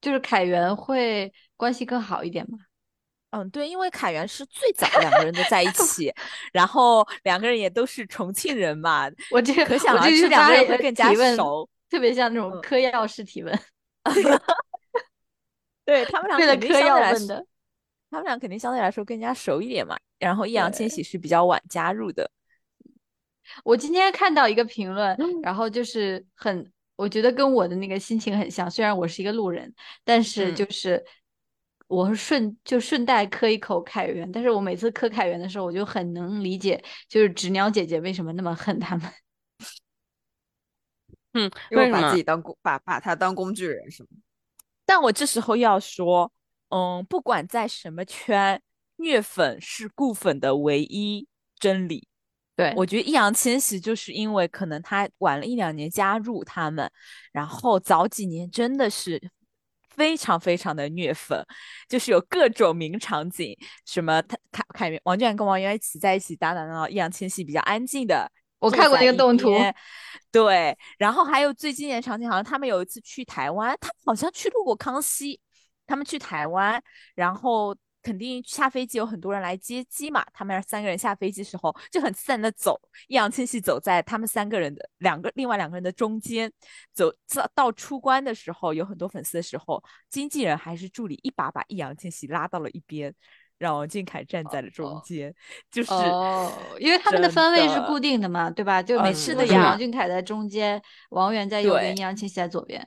[SPEAKER 4] 就是凯源会关系更好一点嘛？
[SPEAKER 5] 嗯，对，因为凯源是最早两个人都在一起，然后两个人也都是重庆人
[SPEAKER 4] *laughs*
[SPEAKER 5] 嘛，
[SPEAKER 4] 我这个
[SPEAKER 5] 可想
[SPEAKER 4] 我
[SPEAKER 5] 而
[SPEAKER 4] 这
[SPEAKER 5] 知
[SPEAKER 4] 是
[SPEAKER 5] 两
[SPEAKER 4] 发
[SPEAKER 5] 个人
[SPEAKER 4] 呃
[SPEAKER 5] 会更加
[SPEAKER 4] 提问，
[SPEAKER 5] 熟。
[SPEAKER 4] 特别像那种
[SPEAKER 5] 嗯
[SPEAKER 4] 嗑药式提问，
[SPEAKER 5] 对
[SPEAKER 4] *laughs*
[SPEAKER 5] 他们俩
[SPEAKER 4] 为了
[SPEAKER 5] 肯定
[SPEAKER 4] 嗑
[SPEAKER 5] 相
[SPEAKER 4] 药
[SPEAKER 5] 对来
[SPEAKER 4] 问
[SPEAKER 5] 说，
[SPEAKER 4] 的。
[SPEAKER 5] 他们俩肯定相对来说更加熟一点嘛。然后易烊千
[SPEAKER 4] 对
[SPEAKER 5] 玺是比较晚加入的，
[SPEAKER 4] 我今天看到一个评论，
[SPEAKER 5] 嗯
[SPEAKER 4] 然后就是很，我觉得跟我的那个心情很像。虽然我是一个路人，但是
[SPEAKER 5] 嗯
[SPEAKER 4] 就是我是顺就顺带嗑一口凯源，但是我每次嗑凯源的时候，我就很能理解，就是纸鸟姐姐为什么那么恨他们。
[SPEAKER 2] 因为
[SPEAKER 3] 为什
[SPEAKER 2] 把
[SPEAKER 3] 么
[SPEAKER 2] 自己当工把把他当工具人是吗？
[SPEAKER 5] 但我这时候要说，嗯，不管在什么圈，虐粉是固粉的唯一真理。
[SPEAKER 4] 对
[SPEAKER 5] 我觉得易烊千玺就是因为可能他晚了一两年加入他们，然后早几年真的是非常非常的虐粉，就是有各种名场景，什么他凯凯源王俊凯跟王源一起在一起打打闹闹，易烊千玺比较安静的。
[SPEAKER 4] 我看过那个动图，
[SPEAKER 5] 对，然后还有最经典的场景，好像他们有一次去台湾，他们好像去录过《康熙》，他们去台湾，然后肯定下飞机有很多人来接机嘛，他们三个人下飞机时候就很自然的走，易烊千玺走在他们三个人的两个另外两个人的中间，走到到出关的时候，有很多粉丝的时候，经纪人还是助理一把把易烊千玺拉到了一边，让王俊凯站在了中
[SPEAKER 4] 哦
[SPEAKER 5] 间，就是。
[SPEAKER 4] 哦，因为他们的
[SPEAKER 5] 真
[SPEAKER 4] 分位是
[SPEAKER 5] 的
[SPEAKER 4] 固定的嘛，对吧？就
[SPEAKER 5] 呃
[SPEAKER 4] 每
[SPEAKER 5] 是
[SPEAKER 4] 次
[SPEAKER 5] 的
[SPEAKER 4] 都是王
[SPEAKER 5] 呀
[SPEAKER 4] 俊凯在中间，王源在右边，易烊千玺在左边。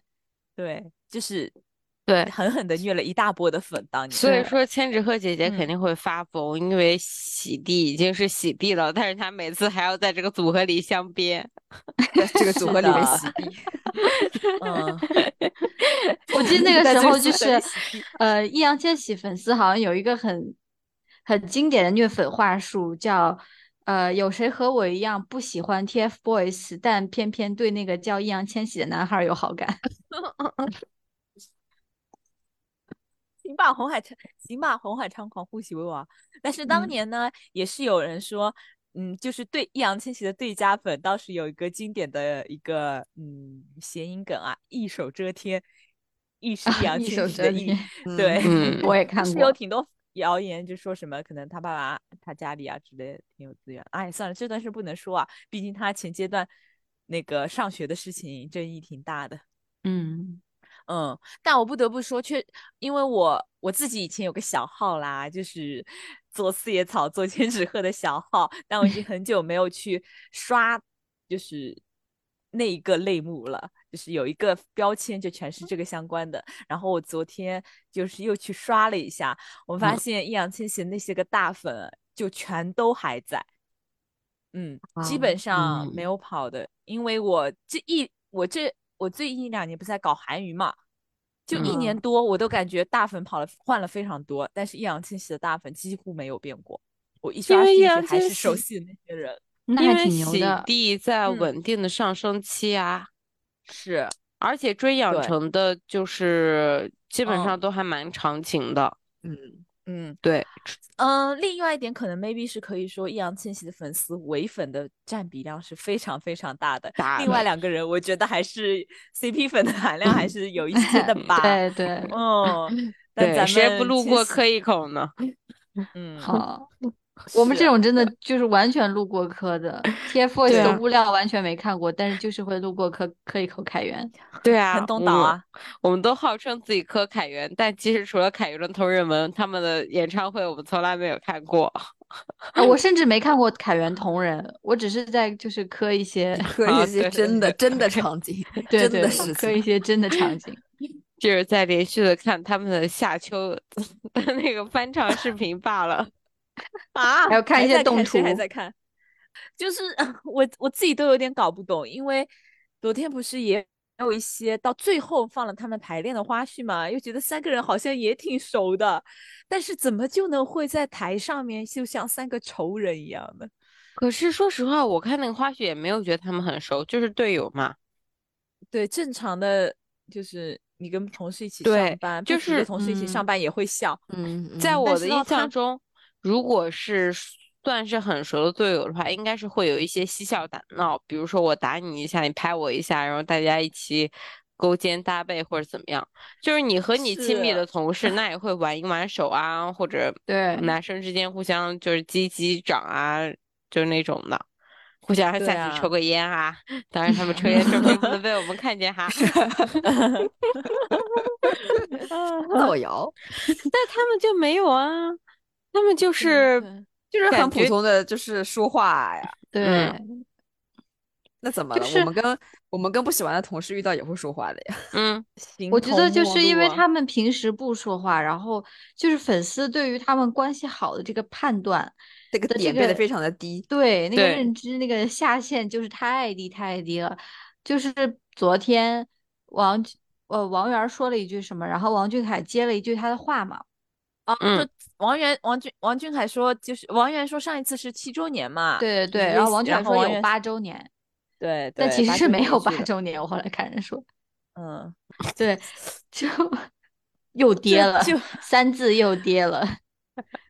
[SPEAKER 5] 对，就是
[SPEAKER 3] 对，
[SPEAKER 5] 狠狠的虐了一大波的粉。当年，
[SPEAKER 3] 所以
[SPEAKER 4] 对
[SPEAKER 3] 说千纸鹤姐姐
[SPEAKER 5] 嗯
[SPEAKER 3] 肯定会发疯，因为洗地已经是洗地了，但是她每次还要在这个组合里镶边。 *laughs*
[SPEAKER 2] 在这个组
[SPEAKER 5] 是
[SPEAKER 2] 合里面
[SPEAKER 5] 的
[SPEAKER 2] 洗地，
[SPEAKER 5] *laughs* 嗯，
[SPEAKER 4] *laughs* 我记得那个
[SPEAKER 5] 在这
[SPEAKER 4] 时候
[SPEAKER 5] 个
[SPEAKER 4] 就
[SPEAKER 5] 时代
[SPEAKER 4] 是
[SPEAKER 5] 里洗地，
[SPEAKER 4] 呃，易烊千玺粉丝好像有一个很很经典的虐粉话术，叫呃，有谁和我一样不喜欢 TFBOYS，但偏偏对那个叫易烊千玺的男孩儿有好感？
[SPEAKER 5] 请把红海猖，请把红海猖狂呼其为王。但是当
[SPEAKER 4] 嗯
[SPEAKER 5] 年呢，也是有人说，嗯，就是对易烊千玺的对家粉，当时有一个经典的一个嗯谐音梗啊，一手遮天，啊一是易烊
[SPEAKER 4] *laughs* 一
[SPEAKER 5] 千
[SPEAKER 4] 手
[SPEAKER 5] 玺的
[SPEAKER 4] 遮
[SPEAKER 5] 易
[SPEAKER 4] 天，，
[SPEAKER 5] 对，
[SPEAKER 3] 嗯
[SPEAKER 4] 我也看
[SPEAKER 5] 是有
[SPEAKER 4] 过。
[SPEAKER 5] 挺多谣言，就说什么可能他爸爸他家里啊之类的挺有资源。哎，算了，这段事不能说啊，毕竟他前阶段那个上学的事情争议挺大的。
[SPEAKER 4] 嗯，
[SPEAKER 5] 嗯，但我不得不说，确因为我我自己以前有个小号啦，就是做四叶草、做千纸鹤的小号，但我已经很久没有去刷，就是那一个类目了，就是有一个标签就全是这个相关的。然后我昨天就是又去刷了一下，我发现易烊千玺那些个大粉就全都还在。嗯，基本上没
[SPEAKER 3] 嗯
[SPEAKER 5] 有跑的，因为我这一我这我最一两年不是在搞韩娱嘛，就一年多我都感觉大粉跑了换了非常多，但是易烊千玺的大粉几乎没有变过，我一刷
[SPEAKER 3] 因为
[SPEAKER 5] 进
[SPEAKER 3] 易
[SPEAKER 5] 去
[SPEAKER 3] 烊
[SPEAKER 5] 还
[SPEAKER 3] 千
[SPEAKER 5] 是熟悉
[SPEAKER 3] 玺
[SPEAKER 5] 的那些人，
[SPEAKER 4] 那
[SPEAKER 3] 因
[SPEAKER 4] 还
[SPEAKER 3] 为
[SPEAKER 4] 挺牛
[SPEAKER 3] 洗
[SPEAKER 4] 的。
[SPEAKER 3] 地在
[SPEAKER 5] 嗯
[SPEAKER 3] 稳定的上升期啊，
[SPEAKER 5] 是
[SPEAKER 3] 而且追养
[SPEAKER 5] 对
[SPEAKER 3] 成的就是基本
[SPEAKER 5] 嗯
[SPEAKER 3] 上都还蛮长情的。
[SPEAKER 2] 嗯，
[SPEAKER 5] 嗯。
[SPEAKER 3] 对，
[SPEAKER 5] 嗯，呃另外一点可能 maybe 是可以说，易烊千玺的粉丝唯粉的占比量是非常非常大的。
[SPEAKER 3] 大
[SPEAKER 5] 另外
[SPEAKER 3] 的
[SPEAKER 5] 两个人，我觉得还是 CP 粉的含量还是有一些的
[SPEAKER 3] *laughs*
[SPEAKER 5] 吧。
[SPEAKER 4] 对
[SPEAKER 5] *laughs*
[SPEAKER 4] 对，
[SPEAKER 5] 哦，但
[SPEAKER 3] 对，
[SPEAKER 5] 咱
[SPEAKER 3] 谁不
[SPEAKER 5] 们
[SPEAKER 3] 路
[SPEAKER 5] 千
[SPEAKER 3] 过
[SPEAKER 5] 玺
[SPEAKER 3] 磕一口呢？
[SPEAKER 5] 嗯，
[SPEAKER 4] 好，我们这
[SPEAKER 5] 是
[SPEAKER 4] 种真的就是完全路过科
[SPEAKER 5] *laughs*
[SPEAKER 4] 的
[SPEAKER 3] 对
[SPEAKER 4] ，TFBOYS 的
[SPEAKER 3] 啊
[SPEAKER 4] 物料完全没看过，但是就是会路过科科一口凯
[SPEAKER 5] *laughs*
[SPEAKER 4] 源。
[SPEAKER 3] 对啊，
[SPEAKER 5] 很懂
[SPEAKER 3] 我
[SPEAKER 5] 岛
[SPEAKER 3] 们
[SPEAKER 5] 啊，
[SPEAKER 3] 我们都号称自己磕凯源，但其实除了凯源的同人文，他们的演唱会我们从来没有看过。 *laughs*
[SPEAKER 4] 啊，我甚至没看过凯源同人，我只是在就是磕一些，
[SPEAKER 2] 可
[SPEAKER 3] 啊
[SPEAKER 2] 以是
[SPEAKER 3] 对
[SPEAKER 2] 真的真的场景，
[SPEAKER 4] *laughs* 对
[SPEAKER 2] 真
[SPEAKER 4] 对
[SPEAKER 2] 的事，
[SPEAKER 4] 磕
[SPEAKER 2] 情
[SPEAKER 4] 一。些真的场景。
[SPEAKER 3] 就是在连续的看他们的夏秋的那个翻唱视频罢了。
[SPEAKER 5] 啊，
[SPEAKER 4] 还有看一
[SPEAKER 5] 还
[SPEAKER 4] 些
[SPEAKER 5] 在
[SPEAKER 4] 动
[SPEAKER 5] 谁还
[SPEAKER 4] 图
[SPEAKER 5] 在看？就是 *laughs* 我我自己都有点搞不懂，因为昨天不是也有一些到最后放了他们排练的花絮嘛，又觉得三个人好像也挺熟的，但是怎么就能会在台上面就像三个仇人一样呢？
[SPEAKER 3] *laughs* 可是说实话，我看那个花絮也没有觉得他们很熟，就是队友嘛。
[SPEAKER 5] 对，正常的就是你跟同事一起
[SPEAKER 3] 对
[SPEAKER 5] 上班，不
[SPEAKER 3] 就
[SPEAKER 5] 服的
[SPEAKER 3] 是
[SPEAKER 5] 同事一起上
[SPEAKER 2] 嗯
[SPEAKER 5] 班也会笑，
[SPEAKER 3] *laughs*
[SPEAKER 2] 嗯，
[SPEAKER 3] 在
[SPEAKER 2] 嗯
[SPEAKER 3] 我
[SPEAKER 5] 是
[SPEAKER 3] 的
[SPEAKER 5] 到
[SPEAKER 3] 印
[SPEAKER 5] 他
[SPEAKER 3] 象中，如果是算是很熟的队友的话，应该是会有一些嬉笑打闹，比如说我打你一下，你拍我一下，然后大家一起勾肩搭背或者怎么样。就是你和你亲密
[SPEAKER 5] 是
[SPEAKER 3] 的同事，那也会玩一玩手啊，或者
[SPEAKER 4] 对
[SPEAKER 3] 男生之间互相就是击击掌啊，就是那种的。互相
[SPEAKER 5] 对
[SPEAKER 3] 下去抽
[SPEAKER 5] 啊
[SPEAKER 3] 个烟啊，当然他们抽烟抽烟不能被我们看
[SPEAKER 5] *laughs*
[SPEAKER 3] 见哈。
[SPEAKER 2] 嗯造谣，
[SPEAKER 3] 但他们就没有啊，他们就
[SPEAKER 5] 对
[SPEAKER 3] 是
[SPEAKER 5] 嗯对
[SPEAKER 2] 就是很
[SPEAKER 3] 感
[SPEAKER 2] 普
[SPEAKER 3] 觉
[SPEAKER 2] 通的，就是说话呀。
[SPEAKER 4] 嗯对
[SPEAKER 3] 嗯，
[SPEAKER 2] 那怎么
[SPEAKER 4] 就
[SPEAKER 2] 了？
[SPEAKER 4] 是
[SPEAKER 2] 我们跟我们跟不喜欢的同事遇到也会说话的呀。
[SPEAKER 3] 嗯，
[SPEAKER 5] 形
[SPEAKER 4] 我觉得
[SPEAKER 5] 同
[SPEAKER 4] 就
[SPEAKER 5] 陌
[SPEAKER 4] 是因为
[SPEAKER 5] 路啊
[SPEAKER 4] 他们平时不说话，然后就是粉丝对于他们关系好的这个判断，
[SPEAKER 2] 这个
[SPEAKER 4] 的这
[SPEAKER 2] 点变得
[SPEAKER 4] 个
[SPEAKER 2] 非常的低。
[SPEAKER 4] 对那个
[SPEAKER 3] 对
[SPEAKER 4] 认知那个下限就是太低太低了。就是昨天王俊呃王源儿说了一句什么，然后王俊凯接了一句他的话嘛，
[SPEAKER 5] 啊，
[SPEAKER 3] 嗯
[SPEAKER 5] 就王源、王俊、王俊凯说，就是王源说上一次是七周年嘛，
[SPEAKER 4] 对
[SPEAKER 5] 就
[SPEAKER 4] 对
[SPEAKER 5] 是
[SPEAKER 4] 对，
[SPEAKER 5] 类
[SPEAKER 4] 然后
[SPEAKER 5] 似
[SPEAKER 4] 王俊
[SPEAKER 5] 然
[SPEAKER 4] 凯
[SPEAKER 5] 后
[SPEAKER 4] 说
[SPEAKER 5] 王
[SPEAKER 4] 有
[SPEAKER 5] 源
[SPEAKER 4] 八周年，
[SPEAKER 5] 对
[SPEAKER 4] 但
[SPEAKER 5] 对
[SPEAKER 4] 其实
[SPEAKER 5] 八
[SPEAKER 4] 是
[SPEAKER 5] 周
[SPEAKER 4] 没
[SPEAKER 5] 年
[SPEAKER 4] 有
[SPEAKER 5] 去
[SPEAKER 4] 八
[SPEAKER 5] 了
[SPEAKER 4] 周年，我后来看人说，
[SPEAKER 5] 嗯，
[SPEAKER 4] 对，就又跌了， *laughs*
[SPEAKER 5] 就
[SPEAKER 4] 三字又跌了。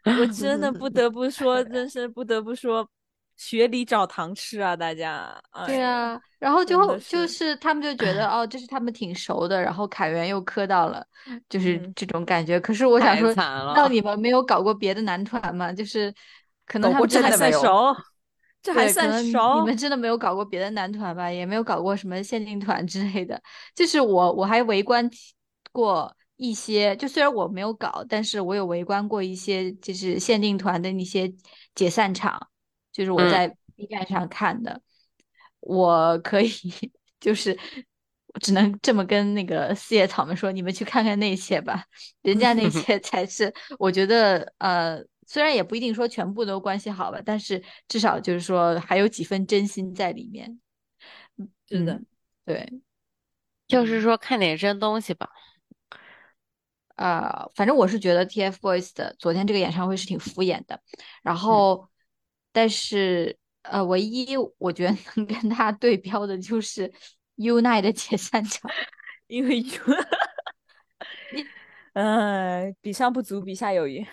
[SPEAKER 5] 我真的不得不说，真是不得不说，学里找糖吃啊，大家，哎
[SPEAKER 4] 对
[SPEAKER 5] 呦，
[SPEAKER 4] 啊，然后
[SPEAKER 5] 真的
[SPEAKER 4] 就就是是他们就觉得哦，这是他们挺熟的，然后凯源又磕到了，就是
[SPEAKER 5] 嗯
[SPEAKER 4] 这种感觉。可是我想
[SPEAKER 3] 太
[SPEAKER 4] 说，
[SPEAKER 3] 惨了
[SPEAKER 4] 那你们没有搞过别的男团吗？就是可能
[SPEAKER 2] 搞
[SPEAKER 4] 他
[SPEAKER 2] 过
[SPEAKER 4] 们
[SPEAKER 5] 这
[SPEAKER 2] 真
[SPEAKER 5] 还
[SPEAKER 2] 的
[SPEAKER 5] 算
[SPEAKER 2] 没有
[SPEAKER 5] 熟，这还
[SPEAKER 4] 对，可
[SPEAKER 5] 算
[SPEAKER 4] 能你
[SPEAKER 5] 熟
[SPEAKER 4] 们，真的没有搞过别的男团吧，也没有搞过什么限定团之类的。就是我我还围观其过一些，就虽然我没有搞，但是我有围观过一些就是限定团的那些解散场，就是我
[SPEAKER 3] 嗯
[SPEAKER 4] *laughs* 在 B 站上看的。我可以就是只能这么跟那个四叶草们说，你们去看看那些吧，人
[SPEAKER 5] *laughs*
[SPEAKER 4] 家那些才是我觉得呃，虽然也不一定说全部都关系好吧，但是至少就是说还有几分真心在里面。
[SPEAKER 5] 是的
[SPEAKER 4] 嗯，对
[SPEAKER 3] 就是说看点真东西吧。
[SPEAKER 4] 啊、呃反正我是觉得 TFBOYS 的昨天这个演唱会是挺敷衍的，然后但是呃，唯一我觉得能跟他对标的就是 UNI 的解散 *laughs* 潮。
[SPEAKER 5] 因为有， *laughs* 呃，比上不足，比下有余。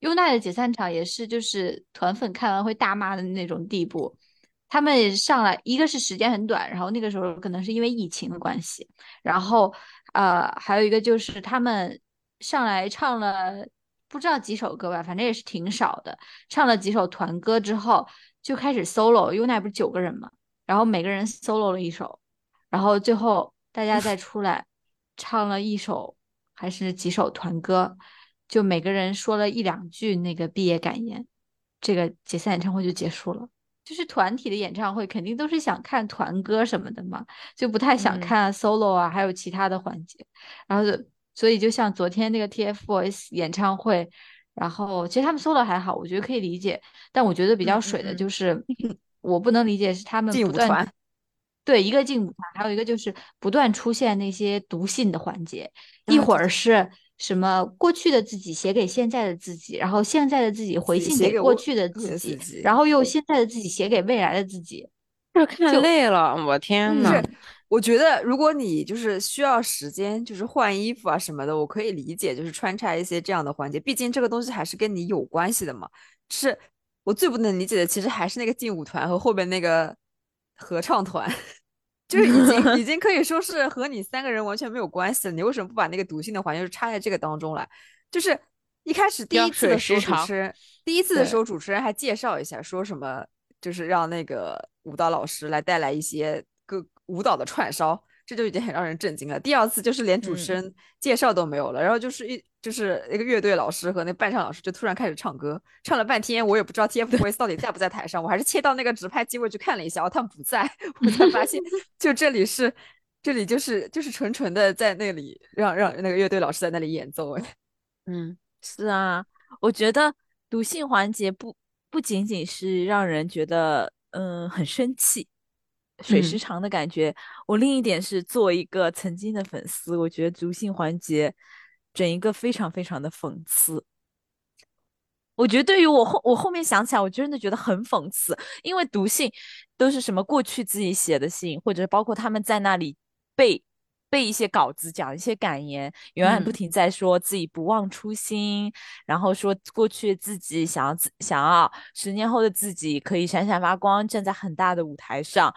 [SPEAKER 4] 优奈的解散场也是就是团粉看完会大骂的那种地步。他们上来一个是时间很短，然后那个时候可能是因为疫情的关系，然后呃还有一个就是他们上来唱了不知道几首歌吧，反正也是挺少的，唱了几首团歌之后就开始 solo。优奈不是九个人嘛，然后每个人 solo 了一首，然后最后大家再出来唱了一首还是几首团歌，就每个人说了一两句那个毕业感言，这个解散演唱会就结束了。就是团体的演唱会，肯定都是想看团歌什么的嘛，就不太想
[SPEAKER 3] 嗯
[SPEAKER 4] 看 solo 啊，还有其他的环节。然后就所以就像昨天那个 TFBOYS 演唱会，然后其实他们 solo 还好，我觉得可以理解，但我觉得比较水的就是， *laughs* 我不能理解是他们
[SPEAKER 2] 劲
[SPEAKER 4] 嗯不
[SPEAKER 2] 舞
[SPEAKER 4] 断
[SPEAKER 2] 团
[SPEAKER 4] 对，一个劲舞团，还有一个就是不断出现那些读信的环节，一
[SPEAKER 2] 啊
[SPEAKER 4] 会
[SPEAKER 2] 对
[SPEAKER 4] 儿是什么过去的自己写给现在的自己，然后现在的自己回
[SPEAKER 2] 自己
[SPEAKER 4] 信
[SPEAKER 2] 写
[SPEAKER 4] 给
[SPEAKER 2] 给
[SPEAKER 4] 过
[SPEAKER 2] 未
[SPEAKER 4] 去的
[SPEAKER 2] 未来
[SPEAKER 4] 自
[SPEAKER 2] 的
[SPEAKER 4] 己
[SPEAKER 2] 自己，
[SPEAKER 4] 然后又现在的自己写给未来的自己。
[SPEAKER 3] 就是看
[SPEAKER 4] 就
[SPEAKER 3] 累了，我天
[SPEAKER 4] 嗯
[SPEAKER 3] 呐，
[SPEAKER 2] 是我觉得，如果你就是需要时间，就是换衣服啊什么的，我可以理解，就是穿插一些这样的环节，毕竟这个东西还是跟你有关系的嘛。是我最不能理解的，其实还是那个劲舞团和后边那个合唱团， *laughs* 就是已经已经可以说是和你三个人完全没有关系了，你为什么不把那个毒性的环节就插在这个当中来？就是一开始第
[SPEAKER 3] 要
[SPEAKER 2] 一次的
[SPEAKER 3] 水
[SPEAKER 2] 时候，主
[SPEAKER 3] 时长
[SPEAKER 2] 持人第一次的时
[SPEAKER 4] 对
[SPEAKER 2] 候，主持人还介绍一下，说什么就是让那个舞蹈老师来带来一些歌舞蹈的串烧，这就已经很让人震惊了。第二次就是连主持
[SPEAKER 5] 嗯
[SPEAKER 2] 人介绍都没有了，然后就是一就是那个乐队老师和那伴唱老师就突然开始唱歌，唱了半天我也不知道 TFBOYS 到底在不在台上，我还是切到那个直拍机位去看了一下，哦，他们不
[SPEAKER 5] *laughs*
[SPEAKER 2] 在，我才发现就这里是。这里就是就是纯纯的在那里让让那个乐队老师在那里演奏，哎
[SPEAKER 3] 嗯，
[SPEAKER 5] 是啊，我觉得读信环节不不仅仅是让人觉得嗯很生气、水时
[SPEAKER 3] 嗯
[SPEAKER 5] 长的感觉。我另一点是作为一个曾经的粉丝，我觉得读信环节整一个非常非常的讽刺。我觉得对于我后我后面想起来，我真的觉得很讽刺，因为读信都是什么过去自己写的信，或者包括他们在那里背背一些稿子，讲一些感言，永远不
[SPEAKER 4] 嗯
[SPEAKER 5] 停在说自己不忘初心，然后说过去自己想要自想要十年后的自己可以闪闪发光，站在很大的舞台上。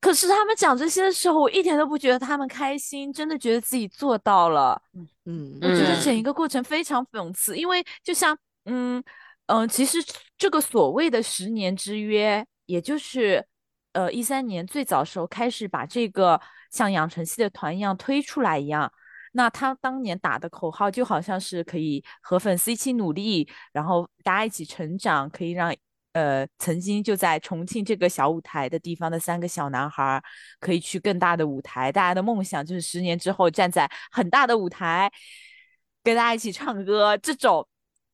[SPEAKER 5] 可是他们讲这些的时候，我一点都不觉得他们开心，真的觉得自己做到了。
[SPEAKER 2] 嗯
[SPEAKER 5] 我觉得
[SPEAKER 3] 嗯
[SPEAKER 5] 整一个过程非常讽刺，因为就像，嗯嗯、呃其实这个所谓的十年之约，也就是呃一三年最早时候开始把这个像养成系的团一样推出来一样。那他当年打的口号就好像是可以和粉丝一起努力，然后大家一起成长，可以让呃曾经就在重庆这个小舞台的地方的三个小男孩儿可以去更大的舞台，大家的梦想就是十年之后站在很大的舞台，跟大家一起唱歌，这种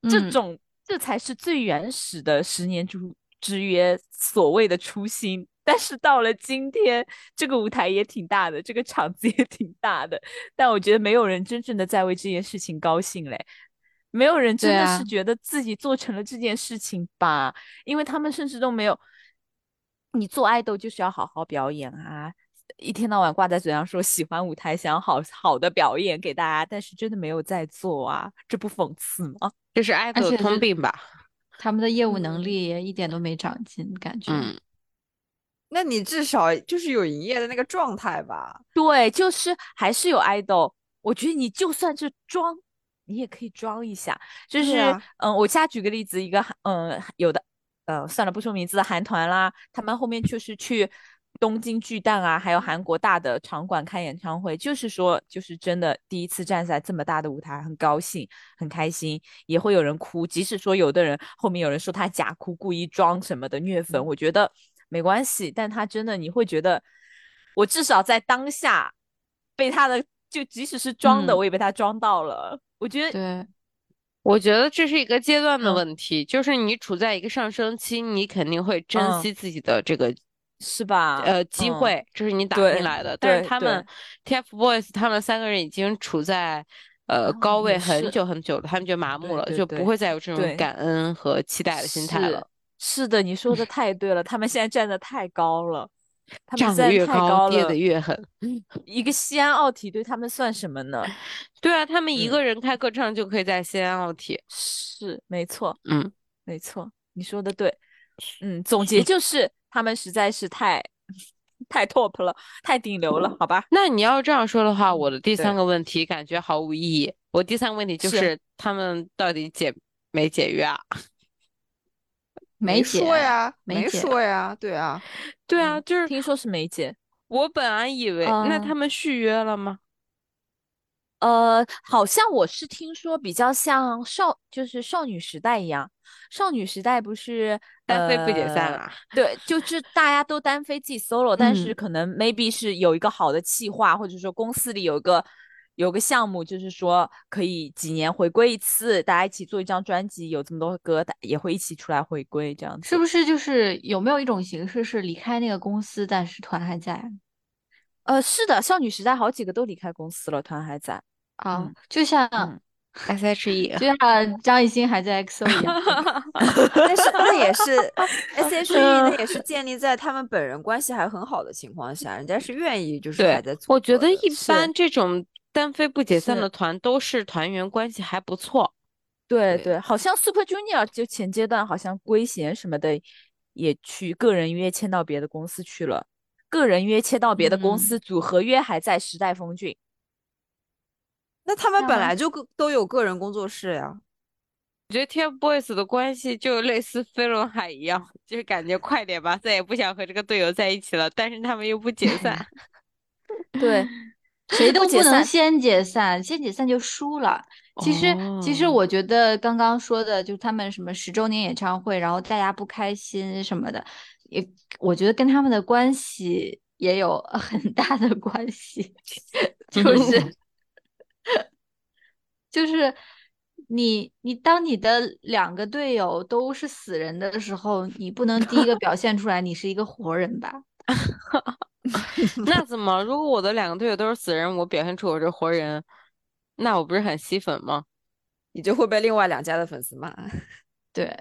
[SPEAKER 5] 这
[SPEAKER 4] 嗯
[SPEAKER 5] 种、这才是最原始的十年之之约所谓的初心。但是到了今天，这个舞台也挺大的，这个场子也挺大的，但我觉得没有人真正的在为这件事情高兴嘞，没有人真
[SPEAKER 4] 对
[SPEAKER 5] 的
[SPEAKER 4] 啊
[SPEAKER 5] 是觉得自己做成了这件事情吧，因为他们甚至都没有，你做爱豆就是要好好表演啊，一天到晚挂在嘴上说喜欢舞台，想要好好的表演给大家，但是真的没有在做啊，这不讽刺吗？ *laughs*
[SPEAKER 3] 这是爱
[SPEAKER 4] 而
[SPEAKER 3] 豆
[SPEAKER 4] 且
[SPEAKER 3] 通
[SPEAKER 4] 是
[SPEAKER 3] 病吧？
[SPEAKER 4] 他们的业务能
[SPEAKER 5] 嗯
[SPEAKER 4] 力也一点都没长进，感觉。
[SPEAKER 3] 嗯，
[SPEAKER 2] 那你至少就是有营业的那个状态吧？
[SPEAKER 5] 对，就是还是有爱豆。我觉得你就算是装，你也可以装一下。就
[SPEAKER 2] 对
[SPEAKER 5] 是，
[SPEAKER 2] 啊
[SPEAKER 5] 嗯，我瞎举个例子，一个韩，嗯，有的，呃，算了，不说名字的韩团啦，他们后面就是去东京巨蛋啊，还有韩国大的场馆开演唱会，就是说，就是真的第一次站在这么大的舞台，很高兴，很开心，也会有人哭。即使说有的人后面有人说他假哭、故意装什么的虐粉，我觉得没关系，但他真的你会觉得。我至少在当下被他的就即使是装的，
[SPEAKER 4] 嗯
[SPEAKER 5] 我也被他装到了。我觉得
[SPEAKER 4] 对，
[SPEAKER 3] 我觉得这是一个阶段的
[SPEAKER 5] 嗯
[SPEAKER 3] 问题，就是你处在一个上升期，你肯定会珍
[SPEAKER 5] 嗯
[SPEAKER 3] 惜自己的这个
[SPEAKER 5] 是吧？
[SPEAKER 3] 呃机
[SPEAKER 5] 嗯，
[SPEAKER 3] 会，这是你打
[SPEAKER 5] 对
[SPEAKER 3] 进来的。但是
[SPEAKER 5] 对
[SPEAKER 3] 他
[SPEAKER 5] 对
[SPEAKER 3] 们 TFBOYS 他们三个人已经处在呃高
[SPEAKER 5] 也
[SPEAKER 3] 位很
[SPEAKER 5] 是
[SPEAKER 3] 久很久了，他们就麻木
[SPEAKER 2] 对
[SPEAKER 3] 了，
[SPEAKER 2] 对
[SPEAKER 3] 就
[SPEAKER 2] 对
[SPEAKER 3] 不会再有这
[SPEAKER 5] 对
[SPEAKER 3] 种感恩和期待的心态
[SPEAKER 5] 是
[SPEAKER 3] 了。
[SPEAKER 5] 是的，你说的太对了，他们现在站得太高了，他们
[SPEAKER 3] 站
[SPEAKER 5] 现在
[SPEAKER 3] 得越
[SPEAKER 5] 太
[SPEAKER 3] 高，跌
[SPEAKER 5] 了
[SPEAKER 3] 得越狠。
[SPEAKER 5] 一个西安奥体对他们算什么呢？
[SPEAKER 3] 对啊，他们一
[SPEAKER 5] 嗯
[SPEAKER 3] 个人开歌唱就可以在西安奥体。
[SPEAKER 5] 是，没错，
[SPEAKER 3] 嗯，
[SPEAKER 5] 没错，你说的对。嗯，总结就是他们实在是太太 top 了，太顶流了，好吧？
[SPEAKER 3] 那你要这样说的话，我的第
[SPEAKER 5] 嗯对
[SPEAKER 3] 三个问题感觉毫无意义。我第三个问题就是是他们到底解没解约啊？
[SPEAKER 4] 梅姐
[SPEAKER 2] 说呀，
[SPEAKER 4] 梅
[SPEAKER 2] 没
[SPEAKER 4] 姐
[SPEAKER 2] 说呀，对
[SPEAKER 3] *laughs*
[SPEAKER 2] 啊，
[SPEAKER 3] *laughs* 对啊，
[SPEAKER 5] 嗯
[SPEAKER 3] 就是
[SPEAKER 5] 听说是梅姐，
[SPEAKER 3] 我本来以为那
[SPEAKER 5] 嗯
[SPEAKER 3] 他们续约了吗？
[SPEAKER 5] 呃，好像我是听说比较像少，就是少女时代一样，少女时代不是
[SPEAKER 3] 单飞不解散啊
[SPEAKER 5] 呃
[SPEAKER 3] *laughs* 了。
[SPEAKER 5] 对，就是大家都单飞自己 solo，但是
[SPEAKER 3] 嗯
[SPEAKER 5] 可能 maybe 是有一个好的企划，或者说公司里有一个有个项目，就是说可以几年回归一次，大家一起做一张专辑，有这么多歌，大也会一起出来回归这样子。
[SPEAKER 4] 是不是就是有没有一种形式是离开那个公司，但是团还在
[SPEAKER 5] 呃，是的，少女时代好几个都离开公司了，团还在。
[SPEAKER 4] 啊？
[SPEAKER 5] 嗯
[SPEAKER 4] 就像、
[SPEAKER 5] 嗯 E
[SPEAKER 3] S.H.E
[SPEAKER 4] 就像张艺兴还在 XO 一样，
[SPEAKER 2] 但是那也
[SPEAKER 3] *laughs*
[SPEAKER 2] 是 S.H.E 那也是建立在他们本人关系还很好的情况下，人家是愿意就是
[SPEAKER 3] 对
[SPEAKER 2] 还在组
[SPEAKER 3] 我觉
[SPEAKER 2] 合
[SPEAKER 3] 得
[SPEAKER 2] 的
[SPEAKER 3] 一
[SPEAKER 5] 是
[SPEAKER 3] 般这种单飞不解散
[SPEAKER 5] 是
[SPEAKER 3] 的团都是团员关系还不错。
[SPEAKER 5] 对
[SPEAKER 2] 对
[SPEAKER 5] 对，好像 Super Junior 就前阶段好像圭贤什么的也去个人约签到别的公司去了，个人约签到别的公
[SPEAKER 4] 嗯
[SPEAKER 5] 司，组合约还在时代峰峻。
[SPEAKER 2] 那他们
[SPEAKER 4] 那
[SPEAKER 2] 本
[SPEAKER 4] 么
[SPEAKER 2] 来就个都有个人工作室呀，
[SPEAKER 3] 我觉得 TFBOYS 的关系就类似飞轮海一样，就是感觉快点吧，再也不想和这个队友在一起了，但是他们又不解
[SPEAKER 5] *laughs*
[SPEAKER 3] 散。
[SPEAKER 5] 对，
[SPEAKER 4] *laughs* 谁都
[SPEAKER 5] 不解
[SPEAKER 4] 不能
[SPEAKER 5] 散
[SPEAKER 4] 先解散，先解散就输了。其实，其实
[SPEAKER 3] 哦
[SPEAKER 4] 我觉得刚刚说的，就是他们什么十周年演唱会，然后大家不开心什么的，也我觉得跟他们的关系也有 *laughs* 呃很大的关系， *laughs* 就是就是你你当你的两个队友都是死人的时候，你不能第一个表现出来你是一个活人吧？
[SPEAKER 3] *laughs* 那怎么？如果我的两个队友都是死人，我表现出我是活人，那我不是很吸粉吗？
[SPEAKER 2] 你就会被另外两家的粉丝骂。
[SPEAKER 4] 对。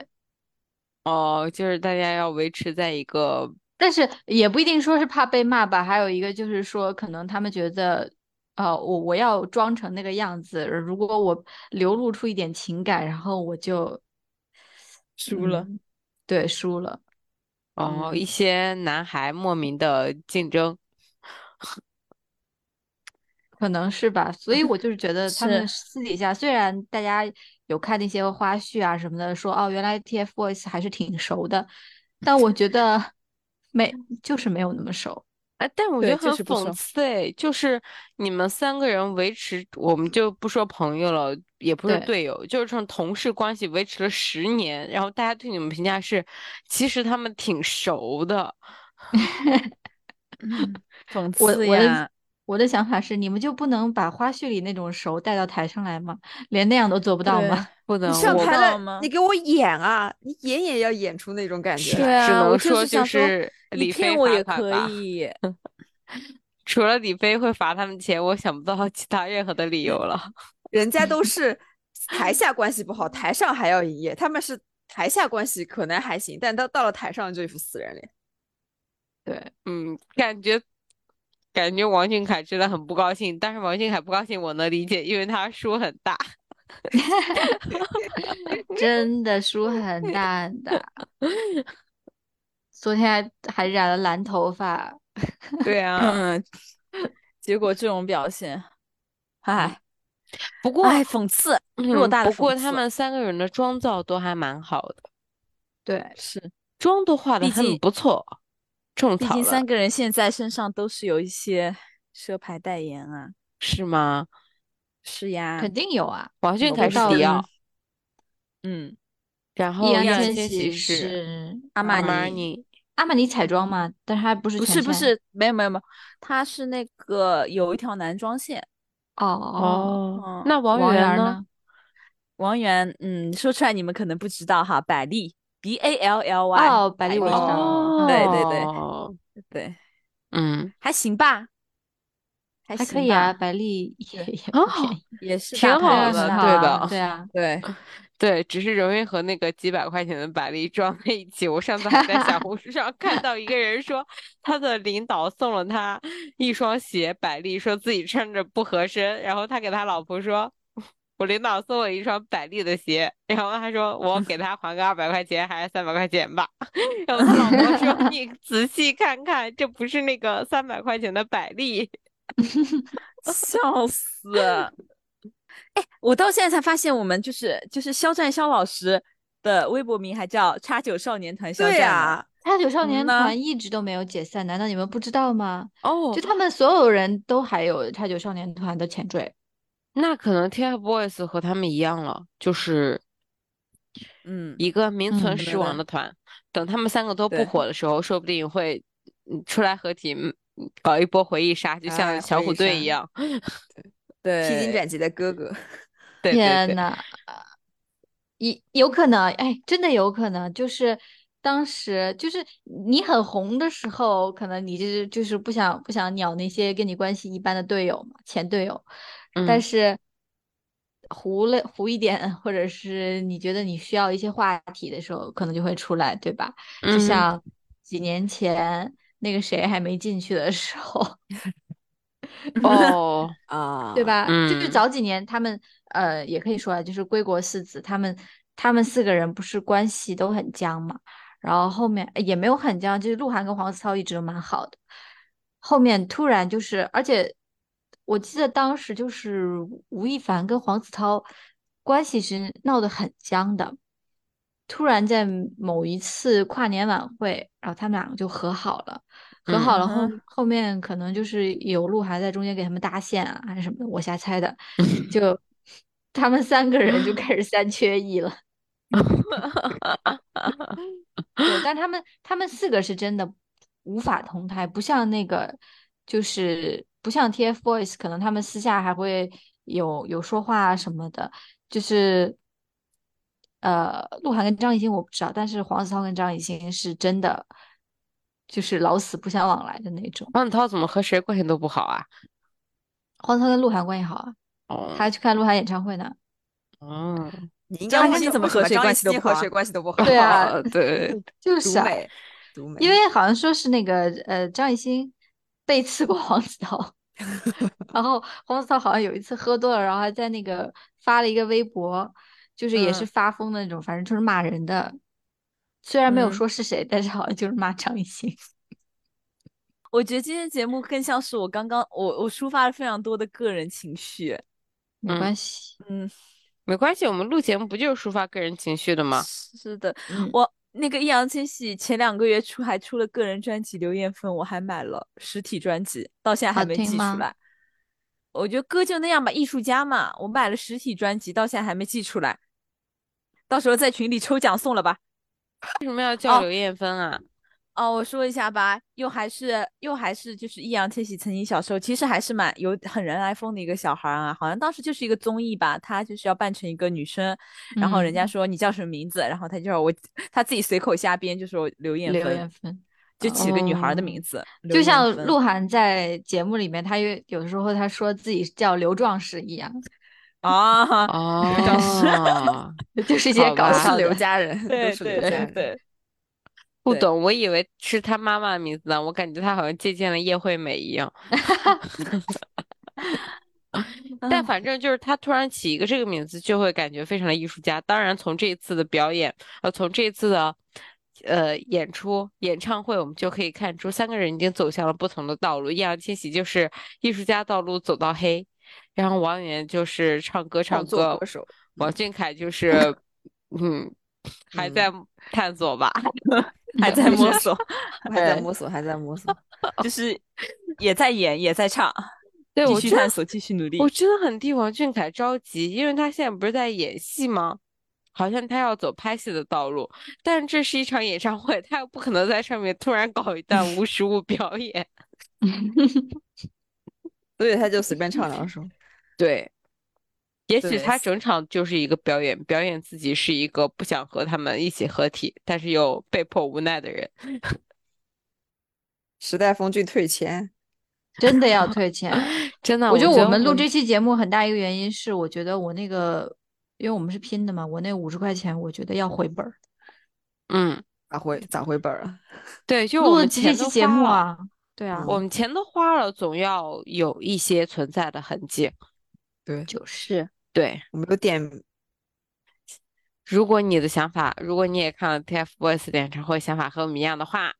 [SPEAKER 3] 哦，就是大家要维持在一个
[SPEAKER 4] 但是也不一定说是怕被骂吧，还有一个就是说，可能他们觉得，呃，我我要装成那个样子，如果我流露出一点情感，然后我就
[SPEAKER 5] 输了
[SPEAKER 4] 嗯对，输了。
[SPEAKER 3] 哦一些男孩莫名的竞争。
[SPEAKER 4] 可能是吧，所以我就是觉得他们
[SPEAKER 5] 是
[SPEAKER 4] 私底下虽然大家有看那些花絮啊什么的，说哦原来 TFBOYS 还是挺熟的，但我觉得没就是没有那么熟。
[SPEAKER 3] 哎，但我
[SPEAKER 5] 对
[SPEAKER 3] 觉得
[SPEAKER 5] 就
[SPEAKER 3] 很
[SPEAKER 5] 是不
[SPEAKER 3] 讽
[SPEAKER 5] 熟
[SPEAKER 3] 刺哎，就是你们三个人维持，我们就不说朋友了，也不是
[SPEAKER 4] 对
[SPEAKER 3] 队友，就是这种同事关系维持了十年，然后大家对你们评价是，其实他们挺熟的。
[SPEAKER 5] 讽
[SPEAKER 4] 我
[SPEAKER 5] 刺
[SPEAKER 4] 我
[SPEAKER 5] 呀
[SPEAKER 4] 的！我的想法是，你们就不能把花絮里那种熟带到台上来吗？连那样都做不到吗？ *laughs*
[SPEAKER 3] 不能，
[SPEAKER 2] 你上
[SPEAKER 3] *laughs* 我
[SPEAKER 2] 台
[SPEAKER 5] 知道
[SPEAKER 2] 了
[SPEAKER 5] 吗，
[SPEAKER 2] 你给我演啊，你演也要演出那种感觉来。
[SPEAKER 3] 是
[SPEAKER 5] 对
[SPEAKER 3] 只
[SPEAKER 5] 啊，
[SPEAKER 3] 能
[SPEAKER 5] 我就
[SPEAKER 3] 说
[SPEAKER 5] 是
[SPEAKER 3] 就
[SPEAKER 5] 想说
[SPEAKER 3] 是
[SPEAKER 5] 你
[SPEAKER 3] 李
[SPEAKER 5] 骗
[SPEAKER 3] 飞
[SPEAKER 5] 我
[SPEAKER 3] 罚
[SPEAKER 5] 也
[SPEAKER 3] 款
[SPEAKER 5] 可 *laughs*
[SPEAKER 3] 吧
[SPEAKER 5] 以。
[SPEAKER 3] 除了李飞会罚他们钱，我想不到其他任何的理由了。
[SPEAKER 2] 人家都
[SPEAKER 3] *laughs*
[SPEAKER 2] 是台下关系不好，台上还要营业，他们是台下关系可能还行，但到到了台上就一副死人脸。
[SPEAKER 4] *laughs* 对，
[SPEAKER 3] 嗯，感觉感觉王俊凯真的很不高兴，但是王俊凯不高兴我能理解，因为他输很大。
[SPEAKER 4] 真的输很大很 *laughs* 大。昨天还还染了蓝头发，
[SPEAKER 3] 对啊。
[SPEAKER 5] 嗯， *laughs* 结果这种表现，唉，
[SPEAKER 3] 不过，
[SPEAKER 5] 唉，讽刺，偌
[SPEAKER 3] 哎嗯
[SPEAKER 5] 大的
[SPEAKER 3] 不过
[SPEAKER 5] 讽
[SPEAKER 3] 他
[SPEAKER 5] 刺
[SPEAKER 3] 们三个人的妆造都还蛮好的，
[SPEAKER 4] 对，
[SPEAKER 5] 是，
[SPEAKER 3] 妆都画的
[SPEAKER 5] 毕
[SPEAKER 3] 很
[SPEAKER 5] 竟
[SPEAKER 3] 不错，种
[SPEAKER 5] 毕
[SPEAKER 3] 草
[SPEAKER 5] 竟
[SPEAKER 3] 了
[SPEAKER 5] 三个人现在身上都是有一些奢牌代言啊。
[SPEAKER 3] 是吗？
[SPEAKER 5] 是呀，
[SPEAKER 4] 肯定有啊。
[SPEAKER 3] 王俊
[SPEAKER 5] 我
[SPEAKER 3] 凯
[SPEAKER 5] 不
[SPEAKER 3] 是
[SPEAKER 4] 知
[SPEAKER 3] 迪
[SPEAKER 4] 道
[SPEAKER 3] 奥，
[SPEAKER 5] 嗯，
[SPEAKER 3] 然
[SPEAKER 4] 易
[SPEAKER 3] 后
[SPEAKER 4] 烊
[SPEAKER 3] 易烊
[SPEAKER 4] 千
[SPEAKER 3] 千玺
[SPEAKER 4] 玺
[SPEAKER 3] 是
[SPEAKER 4] 是
[SPEAKER 5] 阿
[SPEAKER 3] 阿
[SPEAKER 5] 玛
[SPEAKER 3] 玛
[SPEAKER 5] 尼，
[SPEAKER 3] 尼，
[SPEAKER 4] 阿玛尼彩妆嘛，但是它不是
[SPEAKER 5] 不
[SPEAKER 4] 全
[SPEAKER 5] 是不
[SPEAKER 4] 身
[SPEAKER 5] 是，没有没有没有，它是那个有一条男装线。
[SPEAKER 4] 哦哦，
[SPEAKER 3] 哦
[SPEAKER 5] 嗯，
[SPEAKER 3] 那王
[SPEAKER 4] 王源
[SPEAKER 3] 源
[SPEAKER 4] 呢？？
[SPEAKER 5] 王源，嗯，说出来你们可能不知道哈，百丽 B A L L Y，
[SPEAKER 4] 哦，百丽我知
[SPEAKER 5] 百
[SPEAKER 4] 道，
[SPEAKER 5] 对对对
[SPEAKER 3] 哦
[SPEAKER 5] 对，
[SPEAKER 3] 嗯，
[SPEAKER 5] 还行吧，还
[SPEAKER 4] 还可
[SPEAKER 5] 行
[SPEAKER 4] 以啊，
[SPEAKER 5] 吧，
[SPEAKER 4] 百丽也 *laughs* 也
[SPEAKER 3] 哦
[SPEAKER 4] 不便宜
[SPEAKER 5] 也是
[SPEAKER 3] 挺
[SPEAKER 5] 大牌
[SPEAKER 3] 好
[SPEAKER 4] 对
[SPEAKER 5] 子
[SPEAKER 3] 的
[SPEAKER 4] 啊
[SPEAKER 5] 吧
[SPEAKER 3] 对
[SPEAKER 4] 吧？
[SPEAKER 3] 吧
[SPEAKER 4] 对啊，
[SPEAKER 5] 对，
[SPEAKER 3] 对，只是容易和那个几百块钱的百丽撞在一起。我上次还在小红书上看到一个人说，他的领导送了他一双鞋，百丽说自己穿着不合身，然后他给他老婆说。 *laughs* 我领导送我一双百丽的鞋，然后他说我给他还个二百块钱还是三百块钱吧，然后他老婆 *laughs* 说你仔细看看，这不是那个三百块钱的百丽。
[SPEAKER 5] 笑死！ *laughs* 哎，我到现在才发现，我们就是就是肖战肖老师的微博名还叫“叉九少年团肖战”
[SPEAKER 2] 对啊呀、
[SPEAKER 5] 呀，
[SPEAKER 4] 他九少年
[SPEAKER 5] 呢
[SPEAKER 4] 团一直都没有解散，难道你们不知道吗？
[SPEAKER 3] 哦
[SPEAKER 4] 就他们所有人都还有他九少年团的前缀，
[SPEAKER 3] 那可能 TFBOYS 和他们一样了，就是
[SPEAKER 5] 嗯，
[SPEAKER 3] 一个名
[SPEAKER 4] 嗯
[SPEAKER 3] 存
[SPEAKER 5] 可
[SPEAKER 3] 实
[SPEAKER 5] 能
[SPEAKER 3] 亡
[SPEAKER 5] 的
[SPEAKER 3] 的团。等他们三个都不
[SPEAKER 5] 对
[SPEAKER 3] 火的时候，说不定会嗯出来合体，嗯搞一波回忆杀，就像
[SPEAKER 5] 啊
[SPEAKER 2] 哎
[SPEAKER 3] 小
[SPEAKER 2] 回
[SPEAKER 3] 虎
[SPEAKER 2] 忆
[SPEAKER 3] 队
[SPEAKER 2] 杀
[SPEAKER 3] 一样。 *laughs*
[SPEAKER 2] 披荆
[SPEAKER 5] 对，
[SPEAKER 2] 斩棘的哥哥，
[SPEAKER 3] 对对
[SPEAKER 4] 天
[SPEAKER 3] 对，
[SPEAKER 4] 呐，呃也有可能，哎，真的有可能，就是当时就是你很红的时候，可能你就是就是不想不想鸟那些跟你关系一般的队友嘛，前队友，但
[SPEAKER 3] 嗯
[SPEAKER 4] 是糊了糊一点，或者是你觉得你需要一些话题的时候，可能就会出来，对吧？就
[SPEAKER 3] 嗯
[SPEAKER 4] 像几年前那个谁还没进去的时候，
[SPEAKER 3] 哦，
[SPEAKER 2] 啊，
[SPEAKER 4] 对？吧？就是
[SPEAKER 3] 嗯
[SPEAKER 4] 早几年他们呃，也可以说啊，就是归国四子，他们他们四个人不是关系都很僵嘛，然后后面呃也没有很僵，就是鹿晗跟黄子韬一直都蛮好的，后面突然就是，而且我记得当时就是吴亦凡跟黄子韬关系是闹得很僵的。突然在某一次跨年晚会，然后他们两个就和好了。和好了后
[SPEAKER 5] 嗯哼
[SPEAKER 4] 后面可能就是有鹿晗在中间给他们搭线啊，还是什么的，我
[SPEAKER 5] *laughs*
[SPEAKER 4] 瞎猜的，就他们三个人就开始三缺一了。对，但他们他们四个是真的无法同台，不像那个就是不像 TFBOYS，可能他们私下还会有有说话啊什么的，就是。呃，鹿晗跟张艺兴我不知道，但是黄子韬跟张艺兴是真的，就是老死不相往来的那种。
[SPEAKER 3] 黄子韬怎么和谁关系都不好啊？
[SPEAKER 4] 黄子韬跟鹿晗关系好啊，
[SPEAKER 3] 哦
[SPEAKER 4] 他还去看鹿晗演唱会呢。
[SPEAKER 3] 哦，
[SPEAKER 2] 你应
[SPEAKER 5] 张
[SPEAKER 2] 该
[SPEAKER 5] 艺
[SPEAKER 2] 问
[SPEAKER 5] 兴
[SPEAKER 2] 是
[SPEAKER 5] 怎么
[SPEAKER 2] 为什
[SPEAKER 5] 和谁
[SPEAKER 2] 张
[SPEAKER 5] 关
[SPEAKER 2] 艺
[SPEAKER 5] 系都
[SPEAKER 2] 兴
[SPEAKER 5] 不
[SPEAKER 2] 和
[SPEAKER 5] 好
[SPEAKER 2] 谁关系都不好？
[SPEAKER 4] 对啊
[SPEAKER 3] *laughs* 哦对，
[SPEAKER 4] 就是
[SPEAKER 2] 独
[SPEAKER 4] 啊，
[SPEAKER 2] 美，独美，
[SPEAKER 4] 因为好像说是那个呃张艺兴 *laughs* 背刺过黄子
[SPEAKER 5] *laughs*
[SPEAKER 4] 韬，然后黄子韬好像有一次喝多了，然后还在那个发了一个微博，就是也是
[SPEAKER 5] 嗯
[SPEAKER 4] 发疯的那种，反正就是骂人的。虽然没有
[SPEAKER 5] 嗯
[SPEAKER 4] 说是谁，但是好像就是骂张艺兴。
[SPEAKER 5] 我觉得今天节目更像是我刚刚我我抒发了非常多的个人情绪，
[SPEAKER 4] 没
[SPEAKER 3] 嗯
[SPEAKER 4] 关系，
[SPEAKER 5] 嗯，
[SPEAKER 3] 没关系，我们录节目不就是抒发个人情绪的吗？
[SPEAKER 5] 是的，
[SPEAKER 4] 嗯，
[SPEAKER 5] 我那个易烊千玺前两个月出还出了个人专辑《流言粉》，我还买了实体专辑，到现在还
[SPEAKER 4] 好
[SPEAKER 5] 没
[SPEAKER 4] 听
[SPEAKER 5] 寄出
[SPEAKER 4] 吗
[SPEAKER 5] 来。我觉得歌就那样吧，艺术家嘛，我买了实体专辑，到现在还没寄出来，到时候在群里抽奖送了吧。
[SPEAKER 3] 为什么要叫刘艳芬
[SPEAKER 4] *laughs*
[SPEAKER 3] 啊？
[SPEAKER 5] 哦，我说一下吧，又还是又还是就是易烊千玺曾经小时候其实还是蛮有很人来疯的一个小孩儿啊，好像当时就是一个综艺吧，他就是要扮成一个女生，然后人家
[SPEAKER 4] 嗯
[SPEAKER 5] 说你叫什么名字，然后他就说我他自己随口瞎编就说刘艳
[SPEAKER 4] 刘
[SPEAKER 5] 芬，
[SPEAKER 4] 艳芬。
[SPEAKER 5] 就起了个女孩儿的
[SPEAKER 3] 哦
[SPEAKER 5] 名字，刘
[SPEAKER 4] 就
[SPEAKER 5] 艳
[SPEAKER 4] 像
[SPEAKER 5] 芬
[SPEAKER 4] 鹿晗在节目里面，他有有时候他说自己叫刘壮士一样， *laughs*
[SPEAKER 5] 啊，刘壮士，
[SPEAKER 3] 哦，
[SPEAKER 4] *laughs* 就是一些
[SPEAKER 3] 好
[SPEAKER 4] 搞
[SPEAKER 3] 吧
[SPEAKER 2] 都
[SPEAKER 4] 笑
[SPEAKER 2] 是
[SPEAKER 4] 的
[SPEAKER 2] 刘。 *laughs* 家人，都
[SPEAKER 5] 对
[SPEAKER 2] 是
[SPEAKER 5] 对
[SPEAKER 2] 刘家
[SPEAKER 5] 对
[SPEAKER 2] 人。
[SPEAKER 5] 对，
[SPEAKER 3] 不
[SPEAKER 5] 对
[SPEAKER 3] 懂，我以为是他妈妈的名字呢，我感觉他好像借鉴了叶惠美一样。但
[SPEAKER 5] 嗯
[SPEAKER 3] 反正就是他突然起一个这个名字，就会感觉非常的艺术家。当然，从这一次的表演，呃，从这一次的呃演出、演唱会，我们就可以看出三个人已经走向了不同的道路。易烊千玺就是艺术家道路走到黑，然后王源就是唱歌唱
[SPEAKER 2] 创作
[SPEAKER 3] 歌
[SPEAKER 2] 歌，手，
[SPEAKER 3] 王俊凯就是嗯还在探索吧。
[SPEAKER 5] 还
[SPEAKER 2] *laughs*
[SPEAKER 5] 在摸索，
[SPEAKER 2] 我还在
[SPEAKER 3] 对
[SPEAKER 2] 摸索，还在摸索。
[SPEAKER 5] 就是也在演也在 *laughs* 唱，
[SPEAKER 3] 对
[SPEAKER 5] 继
[SPEAKER 3] 我
[SPEAKER 5] 续
[SPEAKER 3] 真
[SPEAKER 5] 探索，继续努力
[SPEAKER 3] 我。真的很替王俊凯着急，因为他现在不是在演戏吗？好像他要走拍戏的道路，但这是一场演唱会，他又不可能在上面突然搞一段
[SPEAKER 4] *laughs*
[SPEAKER 3] 无实物表演。
[SPEAKER 2] 所以他就随便唱两首。
[SPEAKER 3] 对，也许
[SPEAKER 2] 对
[SPEAKER 3] 他整场就是一个表演，表演自己是一个不想和他们一起合体，但是又被迫无奈的人。
[SPEAKER 2] 时代峰峻退钱，
[SPEAKER 4] *laughs* 真的要退钱。
[SPEAKER 3] 真的，
[SPEAKER 4] 我觉
[SPEAKER 3] 觉
[SPEAKER 4] 得
[SPEAKER 3] 得
[SPEAKER 4] 我们录这期节目很大一个原因是，我觉得我那个，因为我们是拼的嘛，我那五十块钱，我觉得要回本儿。
[SPEAKER 3] 嗯，
[SPEAKER 2] 咋回咋回本儿啊？
[SPEAKER 3] 对，就
[SPEAKER 4] 录
[SPEAKER 3] 我
[SPEAKER 4] 了
[SPEAKER 3] 们
[SPEAKER 4] 几
[SPEAKER 3] 钱
[SPEAKER 4] 期
[SPEAKER 3] 都
[SPEAKER 4] 节
[SPEAKER 3] 花
[SPEAKER 4] 目
[SPEAKER 3] 了，
[SPEAKER 4] 啊，对啊，
[SPEAKER 3] 我们钱都花了，总要有一些存在的痕迹。
[SPEAKER 2] 对
[SPEAKER 4] 就是
[SPEAKER 3] 对，
[SPEAKER 2] 我们有点
[SPEAKER 3] 如果你的想法，如果你也看了 TFBOYS 的演唱会，想法和我们一样的话，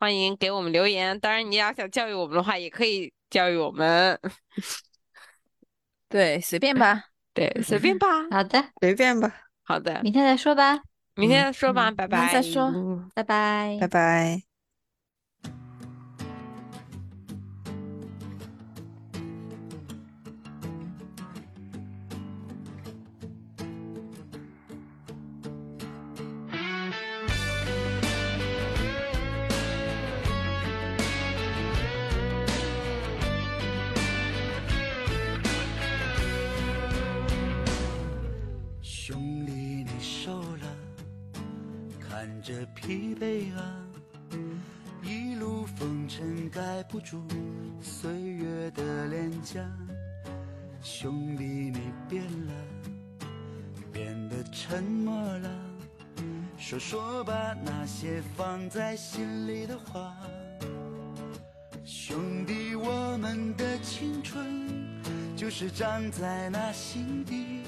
[SPEAKER 3] 欢迎给我们留言。当然，你要想教育我们的话，也可以教育我们。 *laughs*
[SPEAKER 5] 对，随便吧。
[SPEAKER 3] 对，随便吧。
[SPEAKER 4] 好的，
[SPEAKER 2] 随便吧，
[SPEAKER 3] 好的，
[SPEAKER 4] 明天再说吧，
[SPEAKER 3] 明天再说吧，
[SPEAKER 4] 嗯
[SPEAKER 3] 拜
[SPEAKER 5] 明
[SPEAKER 3] 拜。
[SPEAKER 5] 天再说
[SPEAKER 4] 拜拜
[SPEAKER 2] 拜拜。
[SPEAKER 6] 兄弟，你瘦了，看着疲惫啊，一路风尘盖不住岁月的脸颊。兄弟，你变了，变得沉默了，说说吧，那些放在心里的话。兄弟，我们的青春就是长在那心底，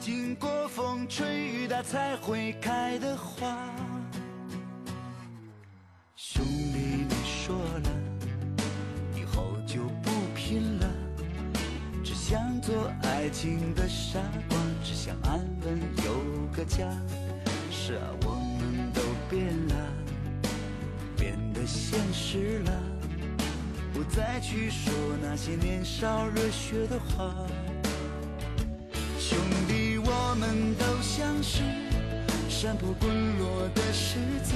[SPEAKER 6] 经过风吹雨打才会开的花。兄弟，你说了，以后就不拼了，只想做爱情的傻瓜，只想安稳有个家。是啊，我们都变了，变得现实了，不再去说那些年少热血的话。兄弟，我们都像是山坡滚落的石子，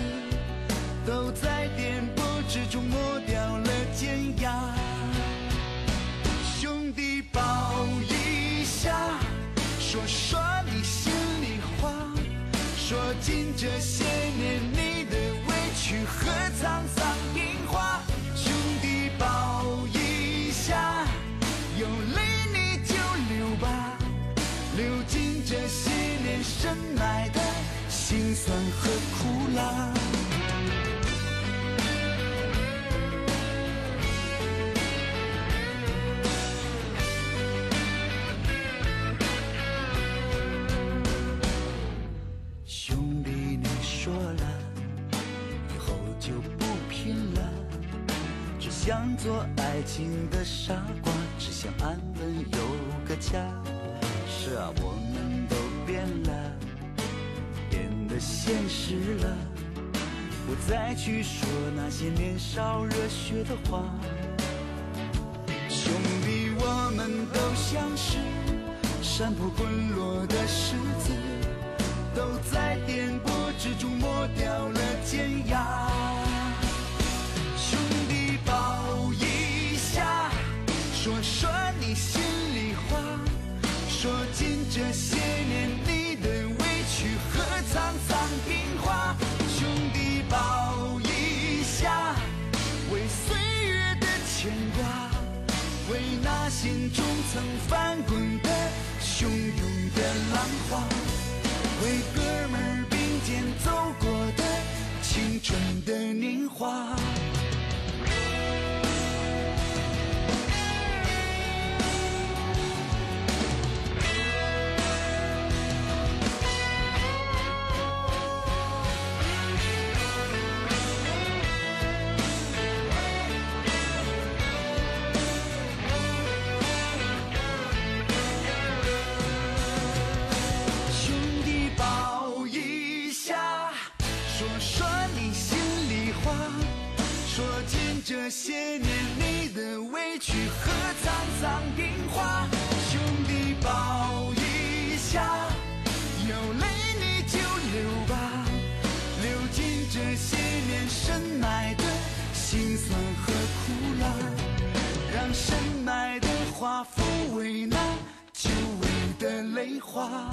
[SPEAKER 6] 都在颠簸之中磨掉了尖牙。兄弟，抱一下，说说你心里话，说尽这些年你的委屈和沧桑变化。兄弟，抱一下，有泪你就流吧，流尽这些年深埋的辛酸和苦辣。兄弟，你说了，以后就不拼了，只想做爱情的傻瓜，只想安稳有个家。是啊，我们都变了，变得现实了，不再去说那些年少热血的话。兄弟，我们都像是山坡滚落的石子。都在颠簸之中磨掉了尖牙。兄弟，抱一下，说说你心里话，说尽这些年你的委屈和沧桑变化。兄弟，抱一下，为岁月的牵挂，为那心中曾翻滚的汹涌的浪花。为哥们儿并肩走过的青春的年华。兄弟抱一下，说说你心里话，说尽这些年你的委屈和沧桑变化。兄弟抱一下，有泪你深埋的话，抚慰那久违的泪花。